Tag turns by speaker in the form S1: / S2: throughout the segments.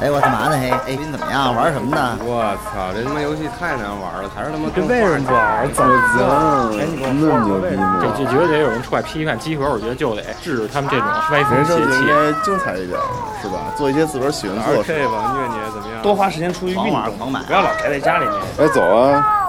S1: 哎，我干嘛呢？嘿，哎，你怎么样？玩什么呢？
S2: 我操，这他妈游戏太难玩了，还是他妈
S3: 啊这为什么不玩？怎么
S4: 我
S2: 哎你给我
S4: 操，那么牛逼吗？
S3: 这就觉得得有人出来批判集合，我觉得就得制止他们这种歪
S4: 人
S3: 风邪
S4: 生就应
S3: 气。
S4: 该精彩一点，是吧？做一些自个儿喜欢做的事。
S2: RK 吧，虐你怎么样？
S3: 多花时间出去运
S1: 狂玩
S3: 动，
S1: 狂买
S3: 不要老宅在家里面。
S4: 哎，走啊！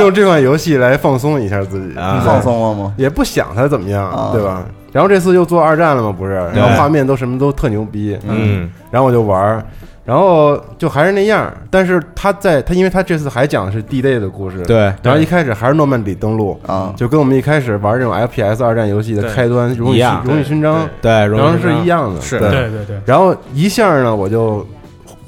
S5: 用这款游戏来放松一下自己，
S6: 啊
S1: 你放松了吗？
S5: 也不想它怎么样
S1: 啊，
S5: 对吧？然后这次又做二战了嘛，不是？然后画面都什么都特牛逼，
S6: 嗯，
S5: 然后我就玩儿，然后就还是那样儿。但是他在他，因为他这次还讲的是 D Day 的故事，
S6: 对
S5: 然后一开始还是诺曼底登陆
S1: 啊
S5: 就跟我们一开始玩这种 FPS 二战游戏的开端
S6: 一
S5: 荣誉勋
S6: 样
S5: 荣誉勋章，
S6: 对，
S5: 然后是一样的，是
S7: 对对对，
S5: 然后一下呢，我就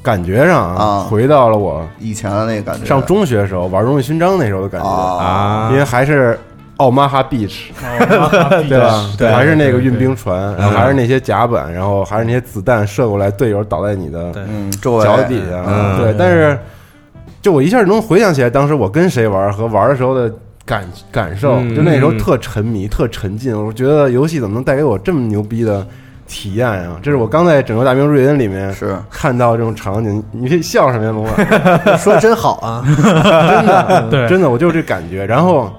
S5: 感觉上
S1: 啊
S5: 回到了我
S1: 以前的那个感觉，
S5: 上中学的时候玩荣誉勋章那时候的感觉，
S1: 啊，
S6: 啊
S5: 因为，还是奥马哈 beach。对
S7: 对
S5: 吧？
S6: 对
S5: 还是那个运兵船，然后还是那些甲板，然后还是那些子弹射过来，队友倒在你的
S1: 嗯，周围
S5: 脚底下。
S6: 嗯
S5: 对，但是就我一下能回想起来，当时我跟谁玩和玩的时候的感感受，
S6: 嗯
S5: 就那时候特沉迷、特沉浸。我觉得游戏怎么能带给我这么牛逼的体验啊？这是我刚在《拯救大兵瑞恩》里面
S4: 是
S5: 看到这种场景，你你笑什么呀，龙 马？
S8: 说的真好啊，
S5: 真的，
S7: 对
S5: 真的，我就是这感觉。然后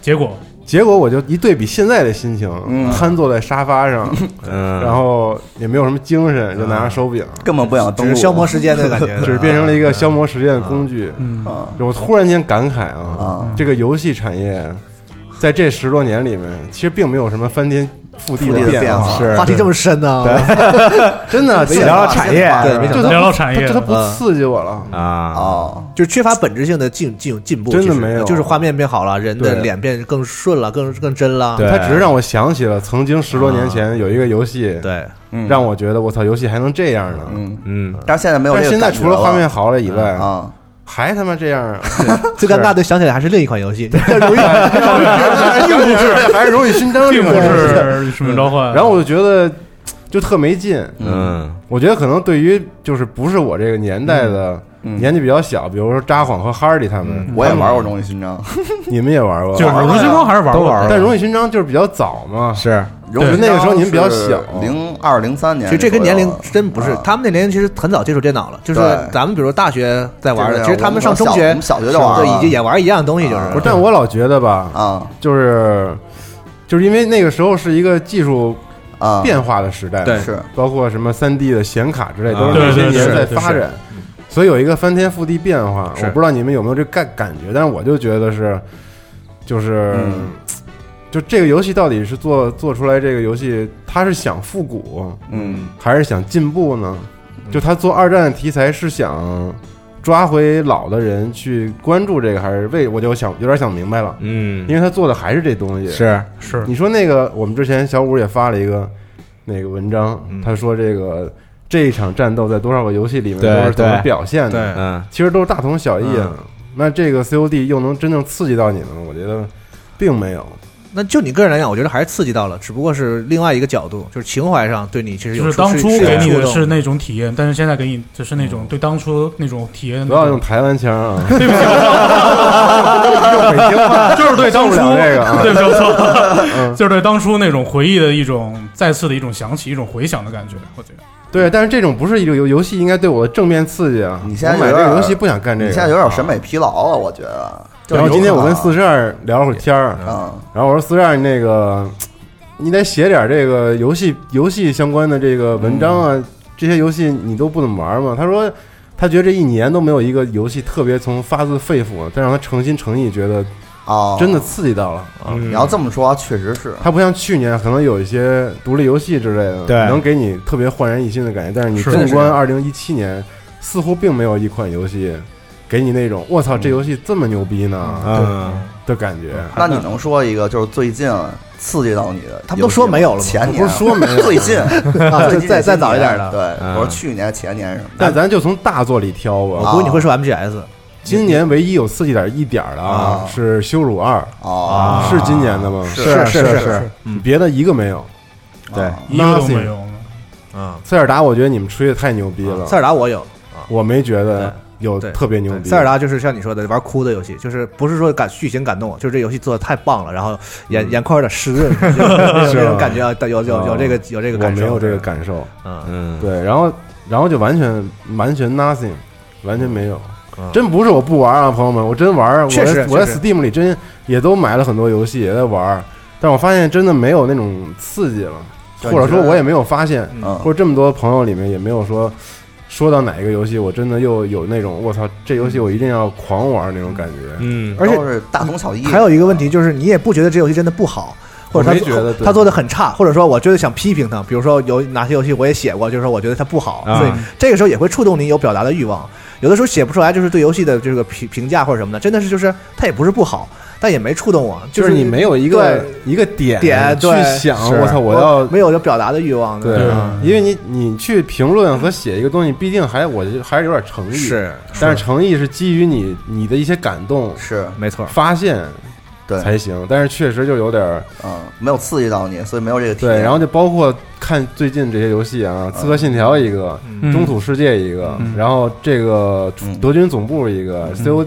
S7: 结果
S5: 结果我就一对比现在的心情，
S4: 嗯
S5: 瘫坐在沙发 上，
S7: 嗯
S5: 然后也没有什么精神，就拿着手柄，
S4: 根本不想
S8: 只
S4: 登
S8: 是
S4: 录，
S8: 消磨时间的感觉
S5: ，
S8: 啊
S5: 只是变成了一个消磨时间的工具。
S7: 嗯
S4: 啊
S5: 我突然间感慨啊
S4: 啊，
S5: 这个游戏产业在这十多年里面，其实并没有什么翻天覆地
S4: 覆地的
S5: 变
S4: 变
S5: 化，
S4: 化
S5: 是
S8: 话题这么深呢，
S5: 真的
S8: 没想到产业
S5: 对
S8: 对没想
S5: 这都
S7: 聊聊产业
S5: 这都不
S8: 嗯
S5: 刺激我了。
S7: 啊，
S4: 哦，
S8: 就是缺乏本质性的进进进步，
S5: 真的
S8: 其实
S5: 没有
S8: 就是画面变好了，人的
S5: 对
S8: 脸变更顺了，更更真了，
S7: 对
S5: 它只是让我想起了曾经十多年前有一个游戏，
S8: 对
S4: 嗯
S5: 让我觉得我操，游戏还能这样呢。
S4: 嗯，
S7: 嗯，
S4: 但是现在没有
S5: 但
S4: 这
S5: 是现
S4: 个
S5: 在
S4: 感觉
S5: 除了画面嗯好了以
S4: 了
S5: 外，
S4: 啊，
S5: 还他妈这样啊！
S8: 最尴尬的想起来还是另一款游戏， 叫如意
S5: 并不是，还是荣誉勋章
S7: 并
S5: 这
S7: 不
S5: 个游戏
S7: 是使命召唤。
S5: 然后我就觉得就特没劲。
S4: 嗯
S5: 我觉得可能对于就是不是我这个年代的、
S4: 嗯
S5: 年纪比较小，比如说札幌和哈利他们，
S4: 我也玩过《荣誉勋章》，
S5: 你们也玩过，
S7: 就是荣誉勋章还是玩
S5: 都
S7: 过
S5: 玩过。但荣誉勋章就是比较早嘛，
S7: 是
S4: 荣誉勋章
S5: 那个时候你们比较
S4: 是
S5: 小啊
S4: 零二零三年
S8: 其实
S4: 左右，
S8: 这跟年龄真不是
S4: 啊，
S8: 他们那年龄其实很早接触电脑了，就是
S4: 对
S8: 咱们比如说大学在玩
S4: 对
S8: 的，
S4: 对
S8: 其实他们上中
S4: 我
S8: 学
S4: 们小我们小学就玩了
S8: 对，已经也玩一样东西，就是
S5: 不是？但我老觉得吧，
S4: 啊
S5: 就是就是因为那个时候是一个技术
S4: 啊
S5: 变化的时代，
S3: 对
S4: 是
S5: 包括什么三 D 的显卡之类，
S3: 啊
S5: 都是那些
S7: 对对
S5: 年
S7: 是
S5: 在
S7: 是
S5: 发展，所以有一个翻天覆地变化。
S3: 是
S5: 我不知道你们有没有这感感觉，但是我就觉得是，就是。
S4: 嗯
S5: 就这个游戏到底是做做出来这个游戏，他是想复古
S4: 嗯
S5: 还是想进步呢？
S7: 嗯
S5: 就他做二战的题材是想抓回老的人去关注这个，还是为我就想有点想明白了，
S3: 嗯
S5: 因为他做的还是这东西。
S3: 是
S7: 是
S5: 你说那个，我们之前小五也发了一个那个文章
S3: 嗯，
S5: 他说这个这一场战斗在多少个游戏里面
S3: 对
S5: 都是怎么
S3: 对
S5: 表现的，
S3: 嗯
S5: 其实都是大同小异啊。那这个 COD 又能真正刺激到你们吗？我觉得并没有。
S8: 那就你个人来讲，我觉得还是刺激到了，只不过是另外一个角度，就是情怀上对你其实有
S7: 就是
S8: 触
S7: 当初
S8: 有
S7: 给你
S8: 触
S7: 的
S8: 动
S7: 是那种体验，但是现在给你就是那种对当初那种体验的
S5: 哦不要
S7: 那
S5: 用
S7: 种，
S5: 台湾腔啊！
S7: 对不起，我
S5: 北京话
S7: 就是对当初
S5: 受不了这个啊
S7: 对没有错，
S5: 嗯
S7: 就是对当初那种回忆的一种再次的一种想起，一种回想的感觉。我觉得
S5: 对，但是这种不是一个游游戏应该对我的正面刺激啊！
S4: 你现在
S5: 我买
S4: 有
S5: 这
S4: 点
S5: 个游戏不想干这个。
S4: 你
S5: 啊
S4: 现在有点审美疲劳了，我觉得。
S5: 然后今天我跟四
S4: 十
S5: 十二聊了会儿天儿，
S4: 啊，
S5: 然后我说四十二那个，你得写点这个游戏游戏相关的这个文章啊，这些游戏你都不怎么玩吗？他说他觉得这一年都没有一个游戏特别从发自肺腑，再让他诚心诚意觉得
S4: 哦，
S5: 真的刺激到了。
S4: 你要这么说，确实是。
S5: 它不像去年可能有一些独立游戏之类的，
S7: 对
S5: 能给你特别焕然一新的感觉。但是你
S7: 是
S5: 纵
S4: 是
S5: 观二零一七年，似乎并没有一款游戏给你那种我操这游戏这么牛逼呢
S7: 嗯，
S5: 的感觉。
S4: 那你能说一个就是最近刺激到你的？
S8: 他们都说没有了吗
S4: 前年
S5: 不是说没有
S4: 最近，
S8: 啊，
S4: 最
S8: 就
S4: 近这
S8: 再再
S4: 今
S8: 早一点
S4: 年
S8: 的。嗯
S4: 对，我说去年、前年什么
S5: 但
S4: 的。
S5: 咱就从大作里挑吧。
S8: 我估计你会说 MGS，
S5: 今年唯一有刺激点一点儿的啊
S4: 啊，
S5: 是《羞辱二
S8: 啊
S4: 哦，》，
S5: 是今年的吗？
S4: 是
S5: 是是是，别的一个没有。
S4: 对，
S7: 一个都没有。
S8: 嗯，
S5: 塞尔达，我觉得你们吹的太牛逼了
S8: 塞，尔达我有，
S5: 我没觉得有
S8: 啊对
S5: 特别牛逼。
S8: 塞尔达就是像你说的玩哭的游戏，就是不是说感剧情感动，就是这游戏做的太棒了，然后
S4: 嗯
S8: 眼眼眶有点湿润， 就是有这种感觉啊，有有有这个
S4: 哦
S8: 有这个
S5: 我
S8: 感
S5: 没
S8: 受，
S5: 有这个感受。
S8: 嗯，
S3: 嗯
S5: 对，然后然后就完全完全 nothing，完全没有
S8: 嗯。
S5: 真不是我不玩啊，朋友们，我真玩啊。我
S8: 确实
S5: 在我在
S8: 确实
S5: Steam 里真也都买了很多游戏，也在玩儿，但我发现真的没有那种刺激了，或
S4: 对
S5: 者
S4: 你觉
S5: 说
S4: 得
S5: 我也没有发现，
S4: 嗯
S5: 或者这么多朋友里面也没有说说到哪一个游戏，我真的又有那种我操，这游
S8: 嗯
S5: 戏我一定要狂玩那种感觉。
S3: 嗯
S8: 而且
S4: 都是大同小异。
S8: 还有一个问题就是，你也不觉得这游戏真的不好，或者
S5: 我
S8: 他
S5: 没觉得对
S8: 他做的很差，或者说我真的想批评他。比如说有哪些游戏我也写过，就是说我觉得它不好，
S3: 啊
S8: 所以这个时候也会触动你有表达的欲望。有的时候写不出来，就是对游戏的这个评评价或者什么的，真的是就是它也不是不好，但也没触动我，
S5: 就是
S8: 是
S5: 你没有一个
S8: 对
S5: 一个点
S8: 点
S5: 去
S8: 对
S5: 想，
S8: 是
S5: 我操，我要
S8: 没有嗯就表达的欲望。
S5: 对，啊因为你你去评论和写一个东西，毕竟还我觉得还是有点诚意，
S8: 是
S5: 但是诚意是基于你你的一些感动
S4: 是，
S8: 没错。
S5: 发现
S4: 对，
S5: 才行，但是确实就有点儿
S4: 嗯，没有刺激到你，所以没有这个体验。
S5: 对，然后就包括看最近这些游戏啊，《刺客信条》一个，
S7: 嗯
S5: 中土世界》一个，
S7: 嗯
S5: 然后这个
S4: 嗯
S5: 德军总部一个，COD》。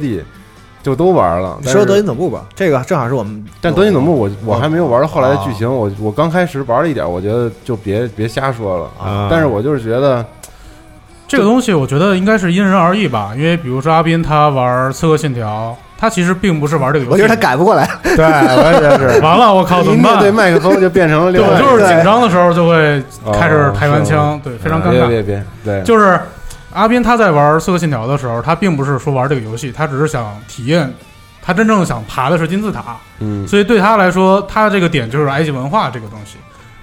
S5: 就都玩了。
S8: 说说德
S5: 但
S8: 军哦
S5: 是
S8: 总部吧，这个正好是我们，
S5: 但德军总部我我还没有玩到后来的剧情，
S8: 啊
S5: 我我刚开始玩了一点，我觉得就别别瞎说了。
S8: 啊
S5: 但是我就是觉得，
S7: 这个东西我觉得应该是因人而异吧，因为比如说阿斌他玩《刺客信条》，他其实并不是玩这个游
S8: 我
S7: 戏
S8: 觉得，他改不过来，
S5: 对，我也 是。
S7: 完了我靠怎
S5: 一
S7: 么
S5: 面
S7: 办？
S5: 对麦克风就变成了另
S7: 对，
S5: 外
S7: 我
S5: 一个，
S7: 就是紧张的时候就会
S5: 哦
S7: 开始台湾腔，对，非常尴
S5: 别
S7: 尬。
S5: 别别，对，
S7: 就是阿斌他在玩《刺客信条》的时候，他并不是说玩这个游戏，他只是想体验，他真正想爬的是金字塔，
S5: 嗯，
S7: 所以对他来说，他这个点就是埃及文化这个东西。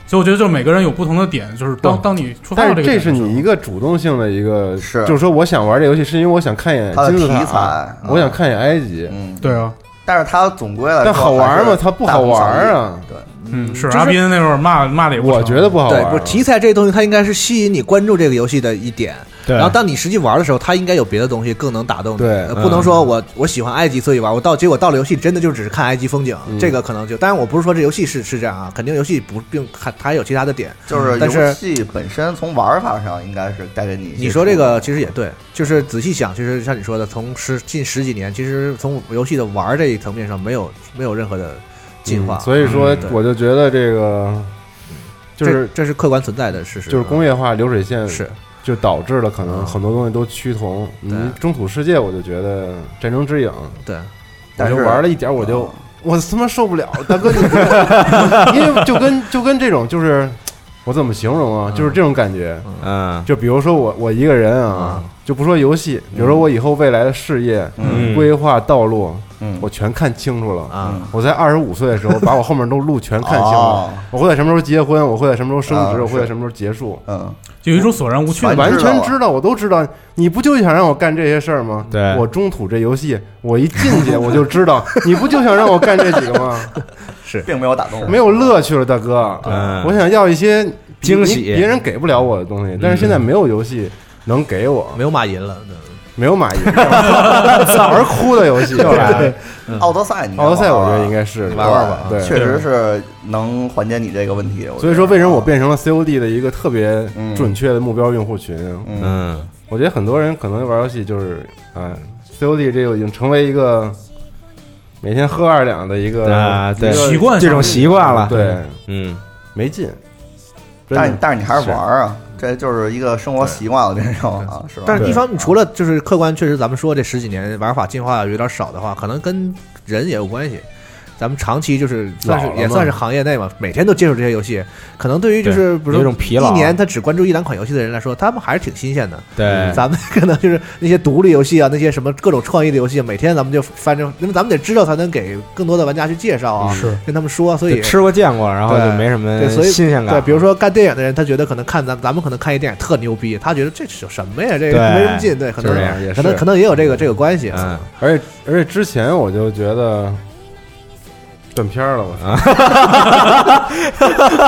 S7: 所以我觉得，就是每个人有不同的点，就是当
S5: 不
S7: 当你触发
S5: 但
S7: 到
S5: 是
S7: 个
S5: 这
S7: 点
S5: 是
S7: 的时候
S5: 你一个主动性的一个，
S1: 是
S5: 就是说我想玩这游戏是因为我想看一眼
S1: 它的
S5: 金字
S1: 题材
S5: 塔
S1: 啊，
S5: 我想看一眼埃及，
S1: 嗯，
S7: 对啊，
S1: 但是它总归来说
S5: 但好玩
S1: 还
S5: 吗？
S1: 是
S5: 它不好玩啊，
S1: 对，
S7: 嗯，是
S8: 就是
S7: 阿斌那会儿骂骂的也不少，
S5: 我觉得不好玩
S8: 对，
S5: 啊。
S8: 不是题材这东西，它应该是吸引你关注这个游戏的一点。
S5: 对
S8: 然后当你实际玩的时候，它应该有别的东西更能打动你，
S5: 对
S8: 呃不能说我我喜欢埃及所以玩，我到结果到了游戏真的就只是看埃及风景，这个可能就，嗯当然我不是说这游戏是是这样啊，肯定游戏不并还还有其他的点。
S1: 就是
S8: 嗯但
S1: 游
S8: 是
S1: 戏本身从玩法上应该是带给你一些
S8: 你说这个其实也对，就是仔细想，其实像你说的，从十近十几年，其实从游戏的玩这一层面上没有没有任何的进化，
S5: 嗯所以说
S8: 嗯对
S5: 我就觉得这个就是
S8: 这这是客观存在的事实，啊
S5: 就是工业化流水线
S8: 是。
S5: 就导致了可能很多东西都趋同。嗯，中土世界我就觉得《战争之影》，
S8: 对，嗯
S5: 我
S1: 但
S5: 就是玩了一点，我就我他妈受不了，大哥，你 因为就跟就跟这种就是我怎么形容啊，就是这种感觉。
S2: 嗯，
S5: 就比如说我我一个人啊，就不说游戏，比如说我以后未来的事业、
S1: 嗯
S5: 规划道路，
S1: 嗯
S5: 我全看清楚了
S8: 啊
S5: 我在二十五岁的时候，把我后面的路全看清了
S1: 哦。
S5: 我会在什么时候结婚？我会在什么时候升职？
S1: 啊
S5: 我会
S1: 是
S5: 在什么时候结束？
S1: 嗯，
S7: 就有一种索然无趣的
S1: 全
S7: 感觉。
S5: 完
S1: 知道
S5: 全
S1: 啊
S5: 知道，我都知道。你不就想让我干这些事儿吗？
S2: 对
S5: 我中土这游戏，我一进去我就知道，你不就想让我干这几个吗？
S1: 并没有打动我，
S5: 没有乐趣了，大哥。
S2: 嗯
S5: 我想要一些比
S2: 惊喜
S5: 别人给不了我的东西，但是现在没有游戏能给我，
S8: 没有马银了，对嗯
S5: 没有马云，玩哭的游戏又来了。
S1: 奥德赛你应该玩玩，
S5: 奥德赛我觉
S4: 啊
S5: 得应该是
S1: 玩玩吧，
S5: 对。
S1: 确实是能缓解你这个问题。我觉得
S5: 啊
S1: 啊
S5: 所以说，为什么我变成了 COD 的一个特别准确的目标用户群？
S1: 嗯
S2: 嗯，
S5: 我觉得很多人可能玩游戏就是，哎，COD 这个已经成为一个每天喝二两的一个
S2: 啊对
S5: 一个
S7: 习惯上
S2: 这种习惯了，
S5: 对，
S2: 嗯，
S5: 没劲。真
S1: 但是
S5: 的，
S1: 但是你还是玩儿啊，这就是一个生活习惯了，这种啊，是吧？
S8: 但是
S5: 对
S8: 一方面，除了就是客观，确实咱们说这十几年玩法进化有点少的话，可能跟人也有关系。咱们长期就是算是
S5: 老了嘛
S8: 也算是行业内嘛，每天都接触这些游戏，可能对于就是比如说
S2: 有一种疲劳
S8: 一年他只关注一两款游戏的人来说，他们还是挺新鲜的。嗯
S2: 对
S8: 咱们可能就是那些独立游戏啊，那些什么各种创意的游戏，啊每天咱们就翻着，因为咱们得知道才能给更多的玩家去介绍啊，
S7: 是
S8: 跟他们说，所
S2: 就
S8: 以。
S2: 吃过见过，然后就没什么
S8: 对，所以
S2: 新鲜感。
S8: 对，比如说干电影的人，他觉得可能看咱咱们可能看一电影特牛逼，他觉得这是什么呀，这个
S2: 对
S8: 没什么劲，对，可
S2: 就是这样
S8: 能
S5: 也
S8: 可能
S5: 是
S8: 可能也有这个这个关系啊
S2: 嗯。，
S5: 而且而且之前我就觉得断片儿了，我操！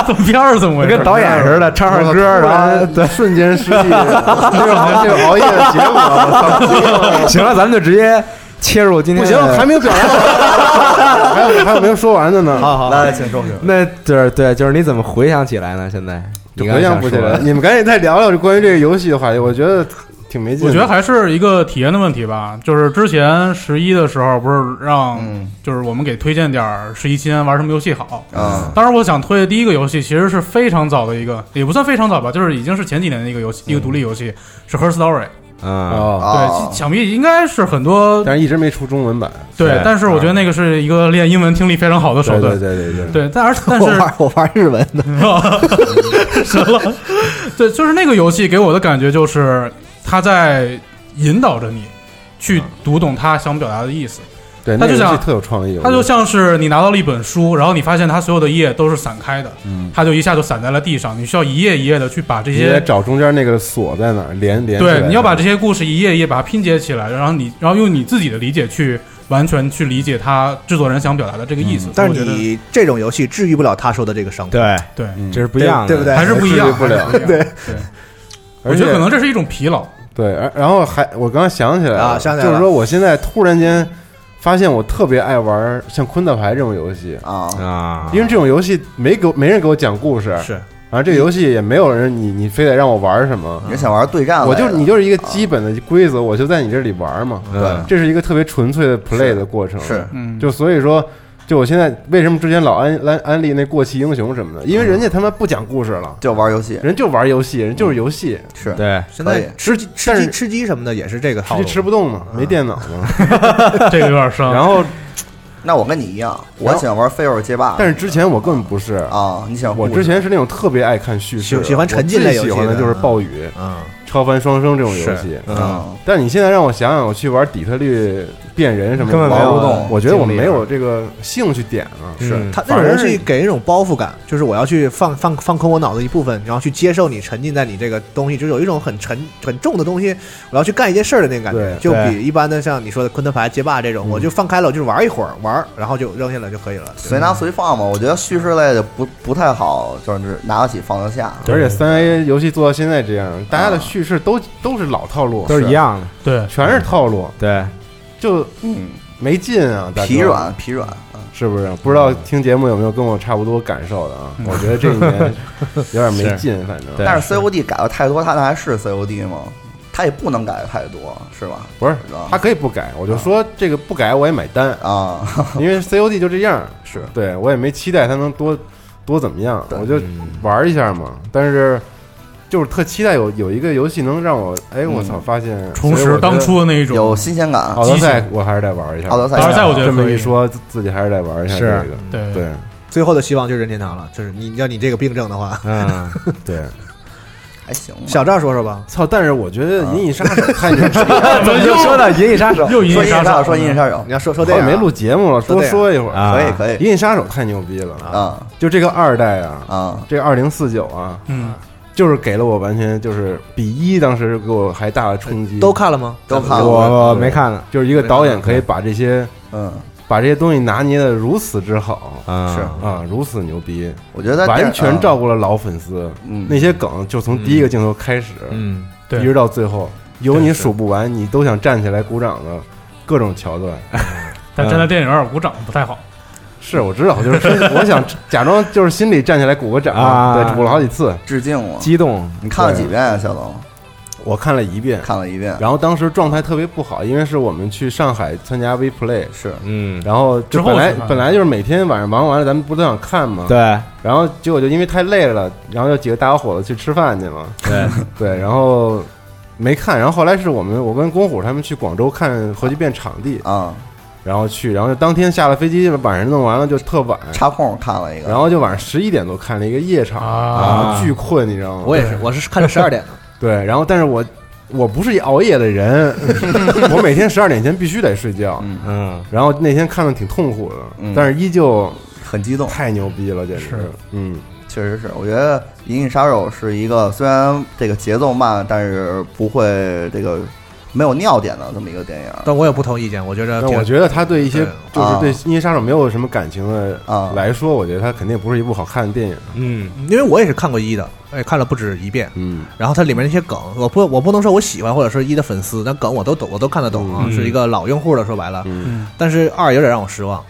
S7: 怎么片儿怎么回事？
S2: 跟导演似的，唱唱歌，然后
S5: 对， 瞬间失忆，这种熬这种熬夜的节目啊，我操！
S2: 行了，咱们就直接切入今天
S5: 不
S2: 的。
S5: 行，还没有表达， 还有还有没有说完的呢？
S2: 好好，
S1: 来，请收拾。
S2: 那就是对，就是你怎么回想起来呢？现在
S5: 就
S2: 你刚
S5: 回
S2: 才
S5: 想
S2: 想
S5: 不
S2: 说
S5: 起来
S2: 的
S5: 了。你们赶紧再聊聊关于这个游戏的话题，我觉得挺没劲的。
S7: 我觉得还是一个体验的问题吧。就是之前十一的时候，不是让、
S1: 嗯
S7: 就是我们给推荐点儿十一期间玩什么游戏好。
S1: 嗯
S7: 当时我想推的第一个游戏其实是非常早的一个，也不算非常早吧，就是已经是前几年的一个游戏，一个独立游戏是《Her Story》。
S2: 嗯，
S5: 哦，
S1: 啊
S7: 对，，想必应该是很多
S5: 但是一直没出中文版。
S7: 对
S2: 对，
S7: 但是我觉得那个是一个练英文听力非常好的手
S5: 对对
S7: 段。
S5: 对对对，
S7: 对，但 而但
S8: 我
S7: 是
S8: 玩我玩日文的，
S7: 神了。对，就是那个游戏给我的感觉就是他在引导着你去读懂他想表达的意思。
S5: 对，
S7: 他
S5: 那
S7: 就
S5: 个游戏
S7: 像
S5: 特有创意。
S7: 它
S5: 我觉得
S7: 就像是你拿到了一本书，然后你发现它所有的页都是散开的，嗯，它就一下就散在了地上。你需要一页一页的去把这
S5: 你得
S7: 些，
S5: 找中间那个锁在哪儿连连起来。
S7: 对，你要把这些故事一页一页把它拼接起来，然后你，然后用你自己的理解去完全去理解他制作人想表达的这个意思。所以
S8: 嗯但
S7: 我
S8: 是
S7: 觉得
S8: 你这种游戏治愈不了他受的这个伤痛，
S2: 对，
S7: 对，
S2: 这是不一样的，
S8: 对不对？
S7: 还是不一样，
S5: 不了
S7: 还是不一样。对，
S5: 而
S7: 我
S5: 且
S7: 觉得可能这是一种疲劳。
S5: 对，而然后还我刚刚想起来了
S8: 啊想起来了
S5: 就是说我现在突然间发现我特别爱玩像昆特牌这种游戏，
S1: 啊，
S5: 嗯
S2: 啊，
S5: 因为这种游戏没给我没人给我讲故事，
S8: 是
S5: 然后这个游戏也没有人你你非得让我玩什么，
S1: 你是想玩对战来的
S5: 我就是你就是一个基本的规则，我就在你这里玩嘛。
S1: 对
S5: 这是一个特别纯粹的 play 的过程。
S1: 是
S7: 嗯
S5: 就所以说，就我现在为什么之前老安安安利那过气英雄什么的，因为人家他妈不讲故事了，
S1: 就玩游戏，
S5: 人就玩游戏，人就是游戏，
S1: 是
S2: 对，
S8: 现
S1: 可以
S8: 在吃鸡吃
S5: 但
S8: 鸡
S5: 是
S8: 吃鸡什么的也是这个
S5: 吃
S8: 套
S5: 鸡
S8: 路，
S5: 吃不动嘛，没电脑嘛。
S7: 这个有点伤。
S5: 然后，
S1: 那我跟你一样，
S5: 然
S1: 我
S5: 后
S1: 喜欢玩飞儿街霸，
S5: 但是之前我根本不是。
S1: 啊，你喜欢
S5: 我
S1: 故事
S5: 之前是那种特别爱看叙事的，
S8: 喜喜欢沉浸
S5: 我
S8: 类
S5: 最
S8: 游戏
S5: 喜欢的
S8: 的
S5: 就是暴雨、
S8: 嗯
S5: 超凡双生这种游戏。
S1: 嗯，
S5: 但你现在让我想想，我去玩底特律变人什么的，
S2: 根本没有啊
S5: 玩不
S2: 精
S5: 动。
S2: 力
S5: 我觉得我没有这个兴趣点啊了。
S2: 是
S8: 它那种游戏给人一种包袱感，就是我要去放放放空我脑子一部分，然后去接受你沉浸在你这个东西，就是有一种很沉很重的东西，我要去干一件事儿的那个感觉
S5: 对，嗯
S8: 就
S2: 对
S8: 比一般的像你说的昆特牌、街霸这种，我就放开了，我就玩一会儿，玩儿，然后就扔下来就可以了。
S1: 随拿随放嘛，我觉得叙事类的不不太好，就是拿得起放得下，
S5: 而且三 A 游戏做到现在这样，大家的叙事都都是老套路，
S2: 都是一，样的，
S7: 对，
S5: 全是套路，
S2: 对，
S5: 就
S1: 嗯，
S5: 没劲
S2: 嗯
S5: 啊！大哥
S1: 疲，软疲软，嗯
S5: 是不是？不知道听节目有没有跟我差不多感受的
S2: 嗯
S5: 啊？我觉得这一 年有点没劲，反正
S2: 对
S1: 但是 COD 改的太多，它那还是 COD 吗？它也不能改的太多，是吧？
S5: 不是
S1: 是吧
S5: 他可以不改，我就说这个不改我也买单，
S1: 啊，
S5: 因为 COD 就这样，
S1: 是
S5: 对我也没期待它能多多怎么样，
S1: 对嗯
S5: 我就玩一下嘛。但是就是特期待有有一个游戏能让我，哎，
S1: 嗯
S5: 我操，发现
S7: 重拾当初的那一
S1: 有
S7: 种。
S1: 新鲜感。
S5: 奥德赛，我还是得玩一下。
S1: 奥德赛，
S7: 奥德赛我觉得
S5: 这么
S7: 可以
S5: 一说，自己还是得玩一下这
S2: 是
S5: 个。
S7: 对
S1: 嗯
S5: 对
S8: 最后的希望就是任天堂了，就是你要你这个病症 的话，
S2: 嗯，
S5: 对，
S1: 还行吧。
S8: 小赵说说吧，
S5: 操！但是我觉
S1: 啊
S5: 得《银翼杀手》太 牛逼了，
S2: 怎么就说到《银翼杀手》
S7: 又一
S1: 说银
S7: 个
S1: 翼
S7: 杀
S1: 杀
S7: 手，
S1: 手，说银翼杀手
S8: 你，要说说
S5: 我
S8: 这啊
S5: 也
S8: 个
S5: 没录，节目了，多说一会儿。
S2: 啊
S1: 可以可以
S5: 银翼杀手》太牛逼了啊！
S1: 啊
S5: 就这个二代啊，
S1: 啊，
S5: 这二零四九啊，
S7: 嗯，
S5: 就是给了我完全就是比一当时给我还大的冲击。
S8: 都，看了吗？
S1: 都看了，
S2: 我没看呢，
S5: 就是一个导演可以把这些
S1: 嗯，
S5: 把这些东西拿捏的如此之好
S2: 啊，
S1: 是
S5: 啊，如此牛逼，
S1: 我觉得
S5: 完全照
S1: 照，
S5: 顾了老粉丝。
S1: 嗯，
S5: 那些梗就从第一个镜头开始，
S2: 嗯，
S7: 对
S5: 一直到最后，有你数不完，你都想站起来鼓掌的各种桥段。
S7: 但站在电影院鼓掌不太好。
S5: 是我知道，就是真我想假装就是心里站起来鼓个掌，
S2: 啊
S5: 对，鼓了好几次。
S1: 致敬我。
S2: 激动，
S1: 你看了几遍啊，小龙？
S5: 我看了一遍，
S1: 看了一遍，
S5: 然后当时状态特别不好，因为是我们去上海参加 V Play，
S1: 是
S2: 嗯，
S5: 然后就
S7: 之后
S5: 本来
S7: 去看
S5: 本来就是每天晚上忙完了，咱们不都想看吗？。
S2: 对
S5: 然后结果就因为太累了，然后就几个大小伙子去吃饭去嘛。
S2: 对，
S5: 对，然后没看。然后后来是我们我跟公虎他们去广州看核聚变场地，
S1: 啊，
S5: 然后去，然后就当天下了飞机，晚上弄完了就特晚，
S1: 插空看了一个，
S5: 然后就晚上十一点多看了一个夜场，
S7: 啊
S5: 然后巨困，你知道吗？
S8: 我也是，我是看到十二点的，
S5: 对，然后但是我我不是一熬夜的人， 我每天十二点前必须得睡觉，
S1: 嗯，
S2: 嗯，
S5: 然后那天看的挺痛苦的，
S1: 嗯
S5: 但是依旧
S1: 很激动，
S5: 太牛逼了，简直，
S7: 是
S5: 嗯，
S1: 确实是。我觉得《银翼杀手》是一个虽然这个节奏慢，但是不会这个没有尿点的这么一个电影
S8: 但我有不同意见，我觉得
S5: 但
S8: 挺
S5: 我觉得他对一些
S1: 对
S5: 就是对
S1: 啊
S5: 《音乐杀手》没有什么感情的
S1: 啊
S5: 来说，我觉得他肯定不是一部好看的电影，
S2: 嗯，
S8: 因为我也是看过一的，而且看了不止一遍。
S5: 嗯，
S8: 然后它里面那些梗，我不我不能说我喜欢或者是一的粉丝，但梗我都懂，我都看得懂啊，
S2: 嗯
S8: 是一个老用户了，说白了。
S7: 嗯，
S8: 但是二有点让我失望，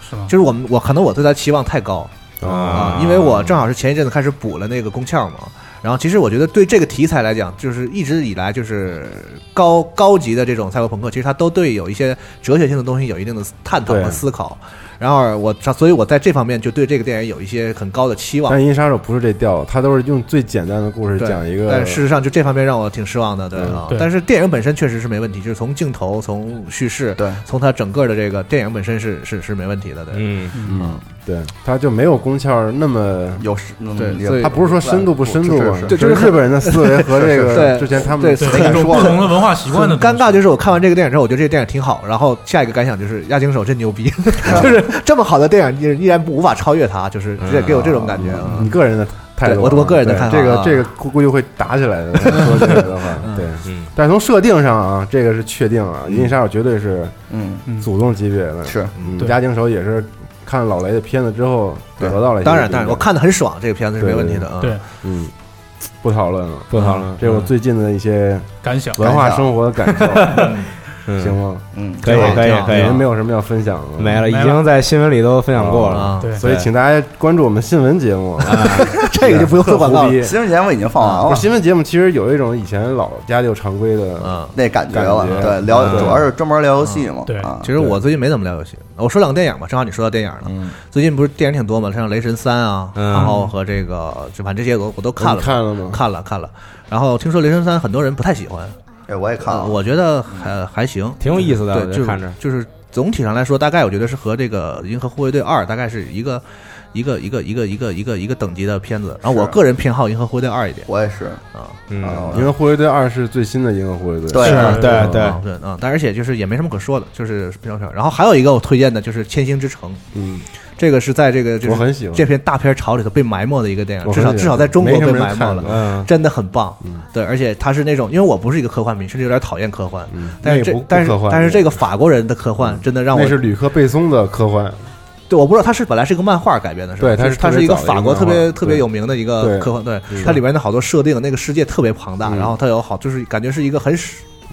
S7: 是吗
S8: 就？是我们我可能我对它期望太高
S5: 嗯
S8: 啊，因为我正好是前一阵子开始补了那个宫壳嘛。然后其实我觉得对这个题材来讲，就是一直以来就是高高级的这种赛博朋克，其实它都对有一些哲学性的东西有一定的探讨和
S5: 对
S8: 思考。然后我所以我在这方面就对这个电影有一些很高的期望
S5: 但。《银翼杀手》不是这调，他都是用最简单的故事
S8: 对
S5: 讲一个，
S8: 但事实上，就这方面让我挺失望的，对啊。
S7: 对
S8: 但是电影本身确实是没问题，就是从镜头、从叙事、
S1: 对
S8: 从它整个的这个电影本身是是是没问题的，对。
S2: 嗯，
S5: 嗯，对，他就没有宫壳那么。
S1: 有时嗯
S8: 对
S1: 也
S8: 所以
S5: 他不是说深度不深度啊
S1: 是，是
S8: 对就
S5: 就是是
S8: 很
S5: 日本人的思维和这
S8: 是是
S5: 个
S8: 是
S5: 之前他们
S8: 对
S7: 对，
S1: 没敢
S7: 这种
S1: 说
S7: 不同的文化习惯的
S8: 很
S7: 东西
S8: 尴尬，就是我看完这个电影之后，我觉得这个电影挺好，然后下一个感想就是《押井守》真牛逼，就是这么好的电影，依依然不无法超越它，就是这给我这种感觉。啊
S5: 你个人的态度啊，
S8: 对我我个人的
S5: 对
S8: 看法
S5: 这个
S8: 啊
S5: 这个估估计会打起来的。说这个的话，对
S2: 嗯，
S5: 但是从设定上啊，这个是确定啊，《银翼杀手》绝对是
S1: 嗯
S5: 祖宗级别的。
S1: 是
S5: 嗯，
S7: 对
S5: 押井守也是看老雷的片子之后
S1: 对
S5: 得到了一些灵感。
S8: 当然，当然，我看的很爽，这个片子是没问题的啊。
S7: 对
S5: 嗯，不讨论了，
S2: 不讨论
S5: 这是我最近的一些
S7: 感想。
S5: 文化生活的感受。
S2: 嗯
S5: 行吗？
S1: 嗯
S2: 可以
S5: 挺好
S2: 可以
S5: 挺好
S2: 可
S5: 你
S8: 啊
S2: 以
S5: 们没有什么要分享的吗？
S2: 没了，已经在新闻里都分享过
S5: 哦
S8: 啊
S2: 了，
S5: 所以请大家关注我们新闻节目，
S1: 这个就不用做广告了
S5: 特胡 逼
S1: 新闻节目已经放完了
S8: 啊
S5: 不是新闻节目其实有一种以前老家里有常规
S8: 啊
S5: 的
S1: 那感觉了，
S5: 感觉
S1: 对，聊
S5: 嗯
S1: 主要是专门聊游
S8: 嗯
S1: 戏嘛，啊，
S8: 其实我最近没怎么聊游戏，我说两个电影吧，正好你说到电影了。最近不是电影挺多嘛，像《雷神三》啊，
S5: 嗯
S8: 然后和这个，就反正这些我我都看了，
S5: 你看了吗
S8: 看了看了。然后听说《雷神三》很多人不太喜欢，呃
S1: 哎，我也看了，
S8: 我觉得还还行，
S2: 挺有意思的我
S8: 对，
S2: 觉得
S8: 就是
S2: 看着
S8: 就是总体上来说，大概我觉得是和这个《银河护卫队二》大概是一个。一个一个一个一个一个一个等级的片子，然后我
S1: 是
S8: 个人偏好《银河护卫队二》一点，
S1: 我也是
S8: 啊，
S5: 嗯，
S2: 哦
S5: 银河护卫队二是最新的银河护卫队，嗯
S8: 对
S5: 是
S8: 啊啊对啊，但而且就是也没什么可说的，就是比较少。然后还有一个我推荐的就是《千星之城》，
S5: 嗯，
S8: 这个是在这个就是
S5: 我很喜欢
S8: 这片大片潮里头被埋没的一个电影，
S5: 我
S8: 至
S5: 很
S8: 少
S5: 喜欢
S8: 至少在中国
S5: 没什
S8: 被
S5: 么人
S8: 埋没
S5: 看
S8: 了，
S5: 嗯
S8: 真的很棒。对，而且它是那种，因为我不是一个科幻迷，甚至有点讨厌科幻，但
S5: 那
S8: 是
S5: 也嗯
S8: 这
S5: 不
S8: 但是
S5: 不科幻嗯
S8: 但是这个法国人的科幻真的让我
S5: 那是吕克贝松的科幻，
S8: 对，我不知道它是本来是一个漫画改编的，是吧？
S5: 对它
S8: 它
S5: 是特
S8: 是
S5: 别
S8: 一个
S5: 早的一个
S8: 法国特
S5: 漫
S8: 别
S5: 画
S8: 特别
S5: 对
S8: 有名的一个
S5: 对
S8: 科幻，对
S5: 是
S8: 它里面的好多设定，那个世界特别庞大，
S5: 嗯
S8: 然后它有好就是感觉是一个很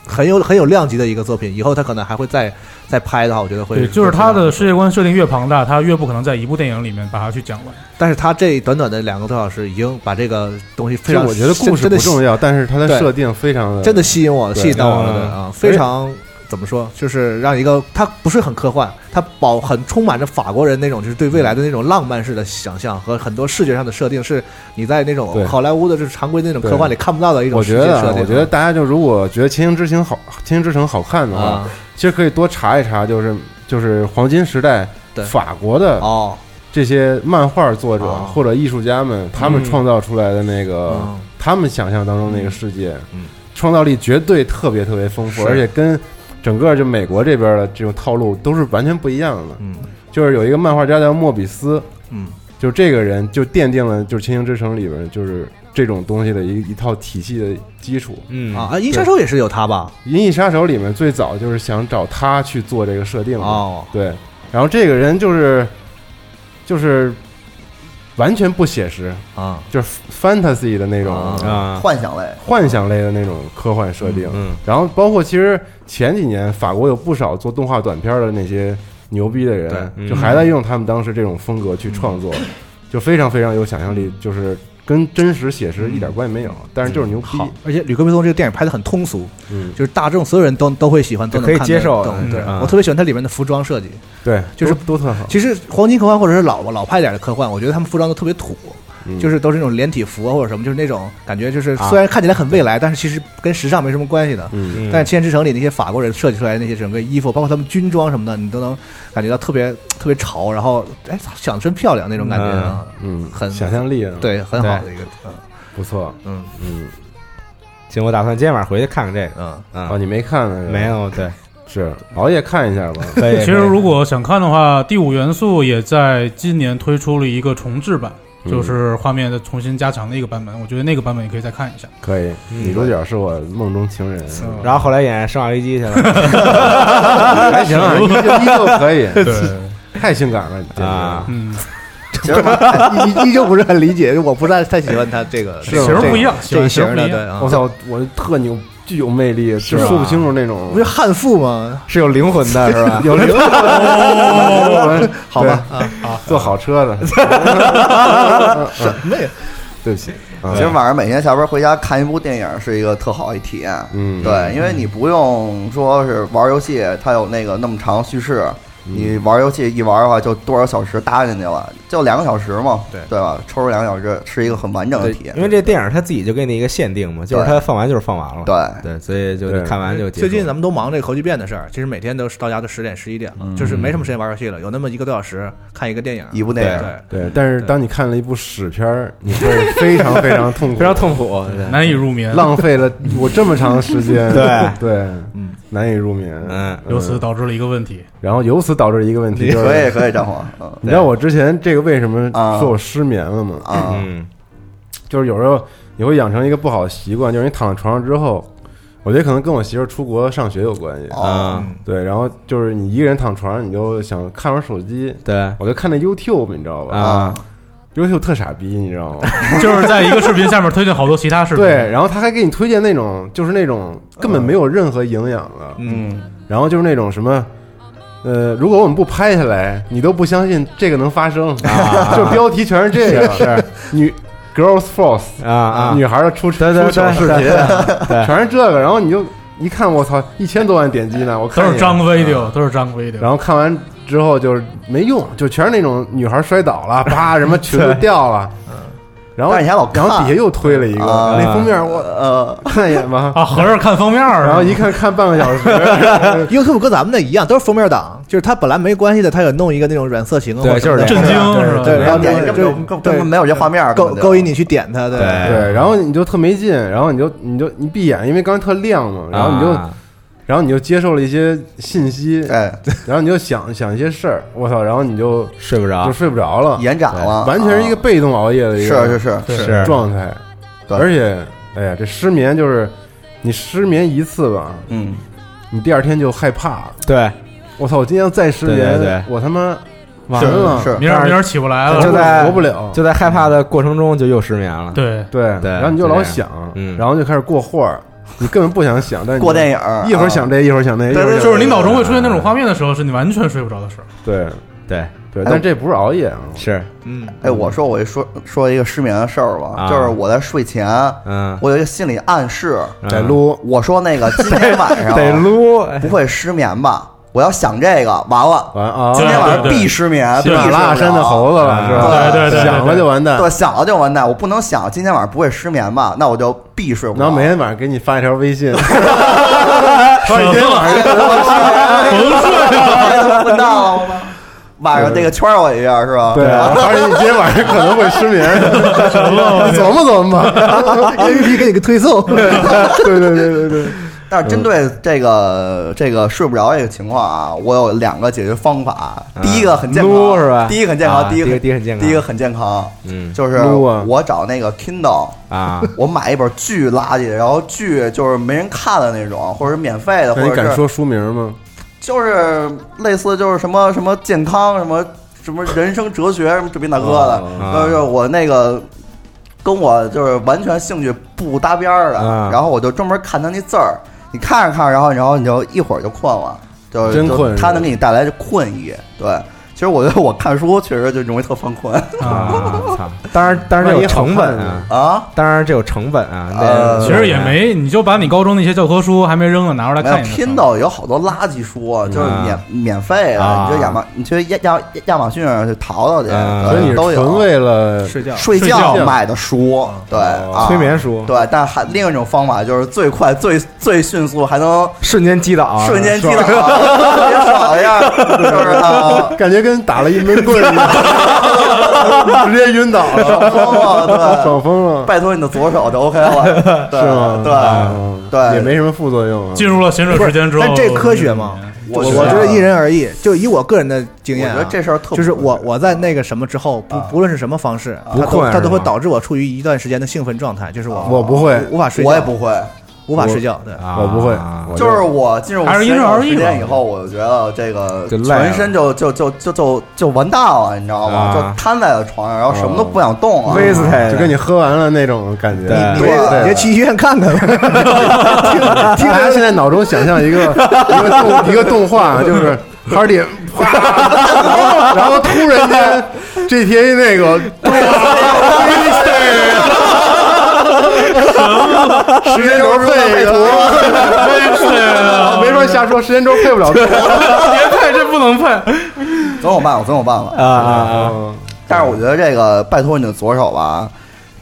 S8: 很有很有量级的一个作品，以后它可能还会再再拍的话，我觉得会
S7: 对，就是他的世界观设定越庞大，他越不可能在一部电影里面把它去讲完。
S8: 但是他这短短的两个多小时，已经把这个东西
S5: 其
S8: 非
S5: 实
S8: 常
S5: 我觉得故事
S8: 真的
S5: 不重要，但是它的
S8: 对
S5: 设定非常的
S8: 真的吸引我，吸引到我了对
S5: 嗯
S8: 啊，非常怎么说，就是让一个它不是很科幻，它保很充满着法国人那种就是对未来的那种浪漫式的想象和很多视觉上的设定，是你在那种
S5: 对
S8: 好莱坞的就是常规那种科幻里
S5: 对
S8: 看不到的一种
S5: 我
S8: 世
S5: 觉
S8: 界
S5: 得
S8: 设
S5: 啊，
S8: 定。
S5: 我觉得大家就如果觉得《千星之行》好，《千星之城》好看的话，
S8: 啊
S5: 其实可以多查一查，就是就是黄金时代
S8: 对
S5: 法国的
S8: 哦
S5: 这些漫画作者或者艺术家们，他们
S8: 嗯
S5: 创造出来的那个
S8: 嗯
S5: 他们想象当中那个世界
S8: 嗯，
S5: 创造力绝对特别特别丰富，
S8: 是
S5: 而且跟整个就美国这边的这种套路都是完全不一样的。
S8: 嗯
S5: 就是有一个漫画家叫莫比斯，
S8: 嗯，
S5: 就这个人就奠定了就是《千星之城》里边就是这种东西的一一套体系的基础。
S2: 嗯
S8: 啊，啊银杀手也是有他吧？
S5: 《银翼杀手》里面最早就是想找他去做这个设定的
S8: 哦
S5: 对，然后这个人就是就是完全不写实
S8: 啊，
S5: 就是 fantasy 的那种
S2: 啊
S1: 幻想 类，
S5: 幻想类的那种科幻设定，
S2: 嗯嗯
S5: 然后包括其实前几年法国有不少做动画短片的那些牛逼的人，
S2: 对
S8: 嗯
S5: 就还在用他们当时这种风格去创作， 就非常非常有想象力，就是跟真实写实一点关系没有，
S8: 嗯
S5: 但是就是牛逼，
S8: 而且吕克贝松这个电影拍的很通俗，
S5: 嗯，
S8: 就是大众所有人都都会喜欢，都能
S2: 可以
S8: 看
S2: 接
S8: 得
S2: 受
S8: 懂
S2: 嗯
S8: 对，
S2: 嗯
S8: 我特别喜欢它里面的服装设计，
S5: 对，
S8: 就是
S5: 都都特好，
S8: 其实黄金科幻或者是老老派点的科幻，我觉得他们服装都特别土，
S5: 嗯
S8: 就是都是那种连体服啊或者什么，就是那种感觉，就是
S5: 啊
S8: 虽然看起来很未来，但是其实跟时尚没什么关系的。
S5: 嗯
S8: 但是《千之城》里那些法国人设计出来的那些整个衣服，包括他们军装什么的，你都能感觉到特别特别潮，然后哎，想真漂亮那种感觉啊，
S5: 嗯，
S8: 很
S5: 想象力啊
S8: 对，很好的一个，嗯
S5: 不错，
S8: 嗯
S5: 嗯，
S2: 行，我打算今天晚上回去看看这个。
S8: 嗯，
S2: 嗯
S5: 哦，，你没看呢？是吧
S8: 啊
S2: 没，有，对，
S5: 是熬夜看一下 吧。
S2: 可以。
S7: 其实如果想看的话，《第五元素》也在今年推出了一个重制版，
S5: 嗯
S7: 就是画面的重新加强的一个版本。我觉得那个版本也可以再看一下。
S5: 可以，
S8: 嗯
S5: 女主角是我梦中情人，
S2: 可以然后后来演《生化危机》去了
S5: 还行 啊，依旧依旧可以，
S7: 对，
S5: 太性感了简直
S2: 啊，
S7: 嗯，
S8: 其实 依依依旧不是很理解，我不是太喜欢他这 个
S5: 是吗
S7: 型儿不一样，喜
S8: 这一
S7: 欢型
S8: 型
S7: 儿
S8: 儿
S7: 不
S8: 的，
S7: 一
S8: 对
S7: 样。
S8: 啊
S5: 我，操，我特牛，具有魅力，就说不清楚那种
S8: 不是，汉服吗？
S2: 是有灵魂的，是 吧？
S5: 有灵魂，
S8: 好吧，
S5: 啊，坐好车的，
S8: 什么呀？
S5: 对不起，啊
S1: 其实晚上每天下班回家看一部电影是一个特好一体验，
S5: 嗯
S1: 对，因为你不用说是玩游戏，它有那个那么长叙事，
S8: 嗯
S1: 你玩游戏一玩的话就多少小时搭进去了，就两个小时嘛，
S8: 对
S1: 对吧？抽出两个小时是一个很完整的
S2: 对
S1: 体，
S2: 因
S1: 验，
S2: 为这电影它自己就给你一个限定嘛，就是它放完就是放完了。
S1: 对
S2: 对，所以就
S5: 对
S2: 看完就结束
S8: 最近咱们都忙这个核聚变的事儿，其实每天都是到家都十点十一点了，就是没什么时间玩游戏了，有那么一个多小时看一个电影，
S1: 一部电影。
S8: 对
S5: 对，但是当你看了一部屎片儿，你会非常非常痛苦，
S2: 非常痛苦，
S7: 难以入眠，
S5: 浪费了我这么长时间，
S2: 对
S5: 对，难以入眠，
S2: 嗯
S7: 由此导致了一个问题。
S5: 然后由此导致一个问题，就是
S1: 可以可以，张皇，嗯
S5: 你知道我之前这个为什么说我失眠了吗？
S1: 啊，
S2: 嗯
S5: 就是有时候你会养成一个不好的习惯，就是你躺在床上之后，我觉得可能跟我媳妇儿出国上学有关系。
S1: 哦，
S2: 嗯，
S5: 对，然后就是你一个人躺床上，你就想看会儿手机，
S2: 对
S5: 我就看那 YouTube，你知道
S1: 嗯
S5: 吧？
S2: 啊，
S5: ，YouTube 特傻逼，你知道吗？
S7: 就是在一个视频下面推荐好多其他视频。
S5: 对，然后他还给你推荐那种就是那种根本没有任何营养的，
S1: 嗯，
S5: 然后就是那种什么。呃，如果我们不拍下来，你都不相信这个能发生，
S2: 啊
S5: 就标题全是这个，
S2: 是
S5: 女 girls force
S2: 啊啊，
S5: 女孩儿出出
S2: 对对
S5: 出糗
S2: 对
S5: 视
S2: 对
S5: 频，
S2: 对
S5: 全是这个，然后你就一看，我操，一千多万点击呢，我
S7: 都
S5: 看
S7: 是张
S5: 一眼
S7: video，都是张 video。
S5: 嗯然后看完之后就是没用，就全是那种女孩摔倒了，啪，什么裙子掉了，然后
S1: 但是你还老看
S5: 然后底下又推了一个，
S1: 啊
S5: 那封面我
S1: 呃，
S5: 看一眼吧，
S7: 啊，合着看封面儿，
S5: 然后一看看半个小 时，
S8: YouTube 跟咱们的一样，都是封面党，就是它本来没关系的，它有弄一个那种软色情啊，
S2: 对
S8: 或者什么的
S2: 就是
S7: 震惊是吧？
S8: 对，然后
S1: 点进去
S8: 就
S1: 根本就根本没有这画面儿，
S8: 勾
S1: 根本就
S8: 勾引你去点它，对
S2: 对
S5: 对，然后你就特没劲，然后你就你就你闭眼，因为刚才特亮嘛，然后你就、
S2: 啊
S5: 然后你就接受了一些信 息，
S1: 哎，
S5: 然后你就想想一些事儿，我操，然后你就
S2: 睡不着
S5: 就，睡不着了，
S1: 延展了，
S5: 完全是一个
S1: 啊
S5: 被动熬夜的一
S1: 是
S5: 个
S1: 是是，
S2: 是
S5: 状态，
S1: 对
S5: 而且哎呀，这失眠就是你失眠一次吧，
S1: 嗯，
S5: 你第二天就害怕了，
S2: 对，
S5: 我操，我今天要再失眠，
S2: 对对对
S5: 我他妈完
S1: 是
S5: 了，
S1: 是
S7: 明儿明儿起不来
S5: 我
S7: 了，
S2: 就在
S5: 活不了，
S2: 就在害怕的过程中就又失眠了。
S7: 对，
S5: 对，
S2: 对
S5: 然后你就老想，
S2: 嗯
S5: 然后就开始过会儿，你根本不想想，但是你
S1: 过电影儿
S5: 一会儿想这，一会儿想那，一会
S1: 对
S5: 儿想
S1: 对
S5: 那
S7: 就是你脑中会出现那种画面的时候，是你完全睡不着的时候。
S5: 对
S2: 对，
S5: 对，但这不是熬夜啊，
S2: 是，
S8: 嗯，
S1: 哎，我说我一说说一个失眠的事儿吧，
S2: 啊
S1: 就是我在睡前，
S2: 嗯，
S1: 我有一个心理暗示，
S2: 嗯
S5: 得撸，
S1: 我说那个今天晚上
S2: 得撸，
S1: 不会失眠吧？我要想这个，完了，
S5: 完啊，
S1: 今天晚上
S7: 对对
S1: 必失眠，必睡
S7: 对
S5: 打
S1: 不
S5: 拉山的
S1: 了。
S5: 猴子了
S2: 对
S5: 是吧？
S7: 对对对对
S5: 想了就完蛋
S1: 对，。想了就完蛋，我不能想今天晚上不会失眠吧？那我就必睡不着。
S5: 然 后每天晚上给你发一条微信，
S7: 说你今天晚上
S1: 哎 怎么混蛋了我晚上这个圈儿我一下是吧？
S5: 对，啊而且你今天晚上可能会失 眠，你 琢磨琢磨 吧。
S8: ，APP 给你个推送，
S5: 对对对对对，
S1: 但是针对这个这个睡不着这个情况啊，我有两个解决方法。
S2: 嗯
S1: 第一个很健
S2: 撸
S1: 康，
S2: 是吧
S1: 第一个很健
S2: 啊
S1: 康，第一个
S2: 第一个第一个很健康
S1: 第一个很健康，
S2: 嗯
S1: 就是
S5: 撸啊
S1: 我找那个 Kindle，
S2: 啊，
S1: 我买一本巨垃圾的，然后巨就是没人看的那种，或者是免费的，或
S5: 那你
S1: 者
S5: 敢
S1: 是
S5: 说书名吗？
S1: 就是类似就是什么什么健康什么什么人生哲学什么这逼那哥的，呃
S2: 哦
S1: 就是我那个跟我就是完全兴趣不搭边儿的，
S2: 啊
S1: 然后我就专门看他那字儿，你看着看着，然后然后你就一会儿就困了，就
S5: 真困
S1: 就是
S5: 吧
S1: 他能给你带来困意。对，其实我觉得我看书确实就容易特犯困
S2: 啊，操！当然，当然
S5: 万
S2: 这
S5: 一
S2: 有
S5: 好
S2: 成本
S5: 看呢
S2: 啊，
S1: 啊，
S2: 当然这有成本啊。
S1: 呃
S2: 那
S7: 其实也没，你就把你高中那些教科书还没扔的拿出来
S1: 没有
S7: 看一看。
S1: Kindle 有好多垃圾书，啊就是
S5: 啊
S1: 免、免费的，
S2: 啊
S1: 你就亚马，你去亚亚亚马逊上去淘淘去，
S2: 啊
S1: 对
S5: 所以你是
S1: 都有。
S5: 纯为了
S8: 睡觉。
S1: 睡
S7: 觉
S1: 觉买的书，对，啊
S2: 催眠书
S1: 对，但还另一种方法就是最快、最最迅速，还能
S2: 瞬间击倒，啊
S1: 瞬间击倒，特别爽一下，就是啊，
S5: 感觉跟打了一闷棍 一样，直接晕倒
S1: 爽
S5: 了，
S1: 疯了，对，
S5: 爽疯了，
S1: 拜托你的左手就 OK 了，对
S5: 是吗？
S1: 对，
S5: 嗯
S1: 对
S5: 也没什么副作用啊。
S7: 进入了闲者时间之后，
S8: 但这科学吗？我我觉得因人而异。就以我个人的经
S1: 我
S8: 验、啊，
S1: 觉得这事儿特
S8: 就是我
S1: 不
S8: 我在那个什么之后，不
S1: 啊
S8: 不论是什么方式，
S2: 不
S8: 它都
S2: 困
S8: 它
S2: 是
S8: 都
S2: 吗
S8: 会导致我处于一段时间的兴奋状态，就是我
S5: 我不会，
S8: 无无法睡觉，
S1: 我也不会，
S8: 无法睡觉。对，
S2: 啊，
S5: 我不会
S2: 啊，
S5: 我
S1: 就是我进入
S7: 还是因人而异
S1: 时间
S7: 嘛
S1: 以后，我就觉得这个
S2: 就累了
S1: 全身就就就就就就完蛋了，你知道吗？
S2: 啊
S1: 就瘫在了床上，然后什么都不想动啊了，
S5: 啊
S2: 威斯泰
S5: 就跟你喝完了那种感觉。
S2: 对
S8: 你这个
S1: 对
S8: 你就去医院看看吧。
S5: 听大家现在脑中想象一个一个动一个动 画，就是哈利啪， 然后突然间 GTA 那 个哇时间轴配一啊个，没说瞎说，时间轴配不了。
S7: 别配，这不能配。
S1: 总有办法，总有办法
S2: 啊啊啊，
S1: 但是我觉得这个拜托你的左手吧，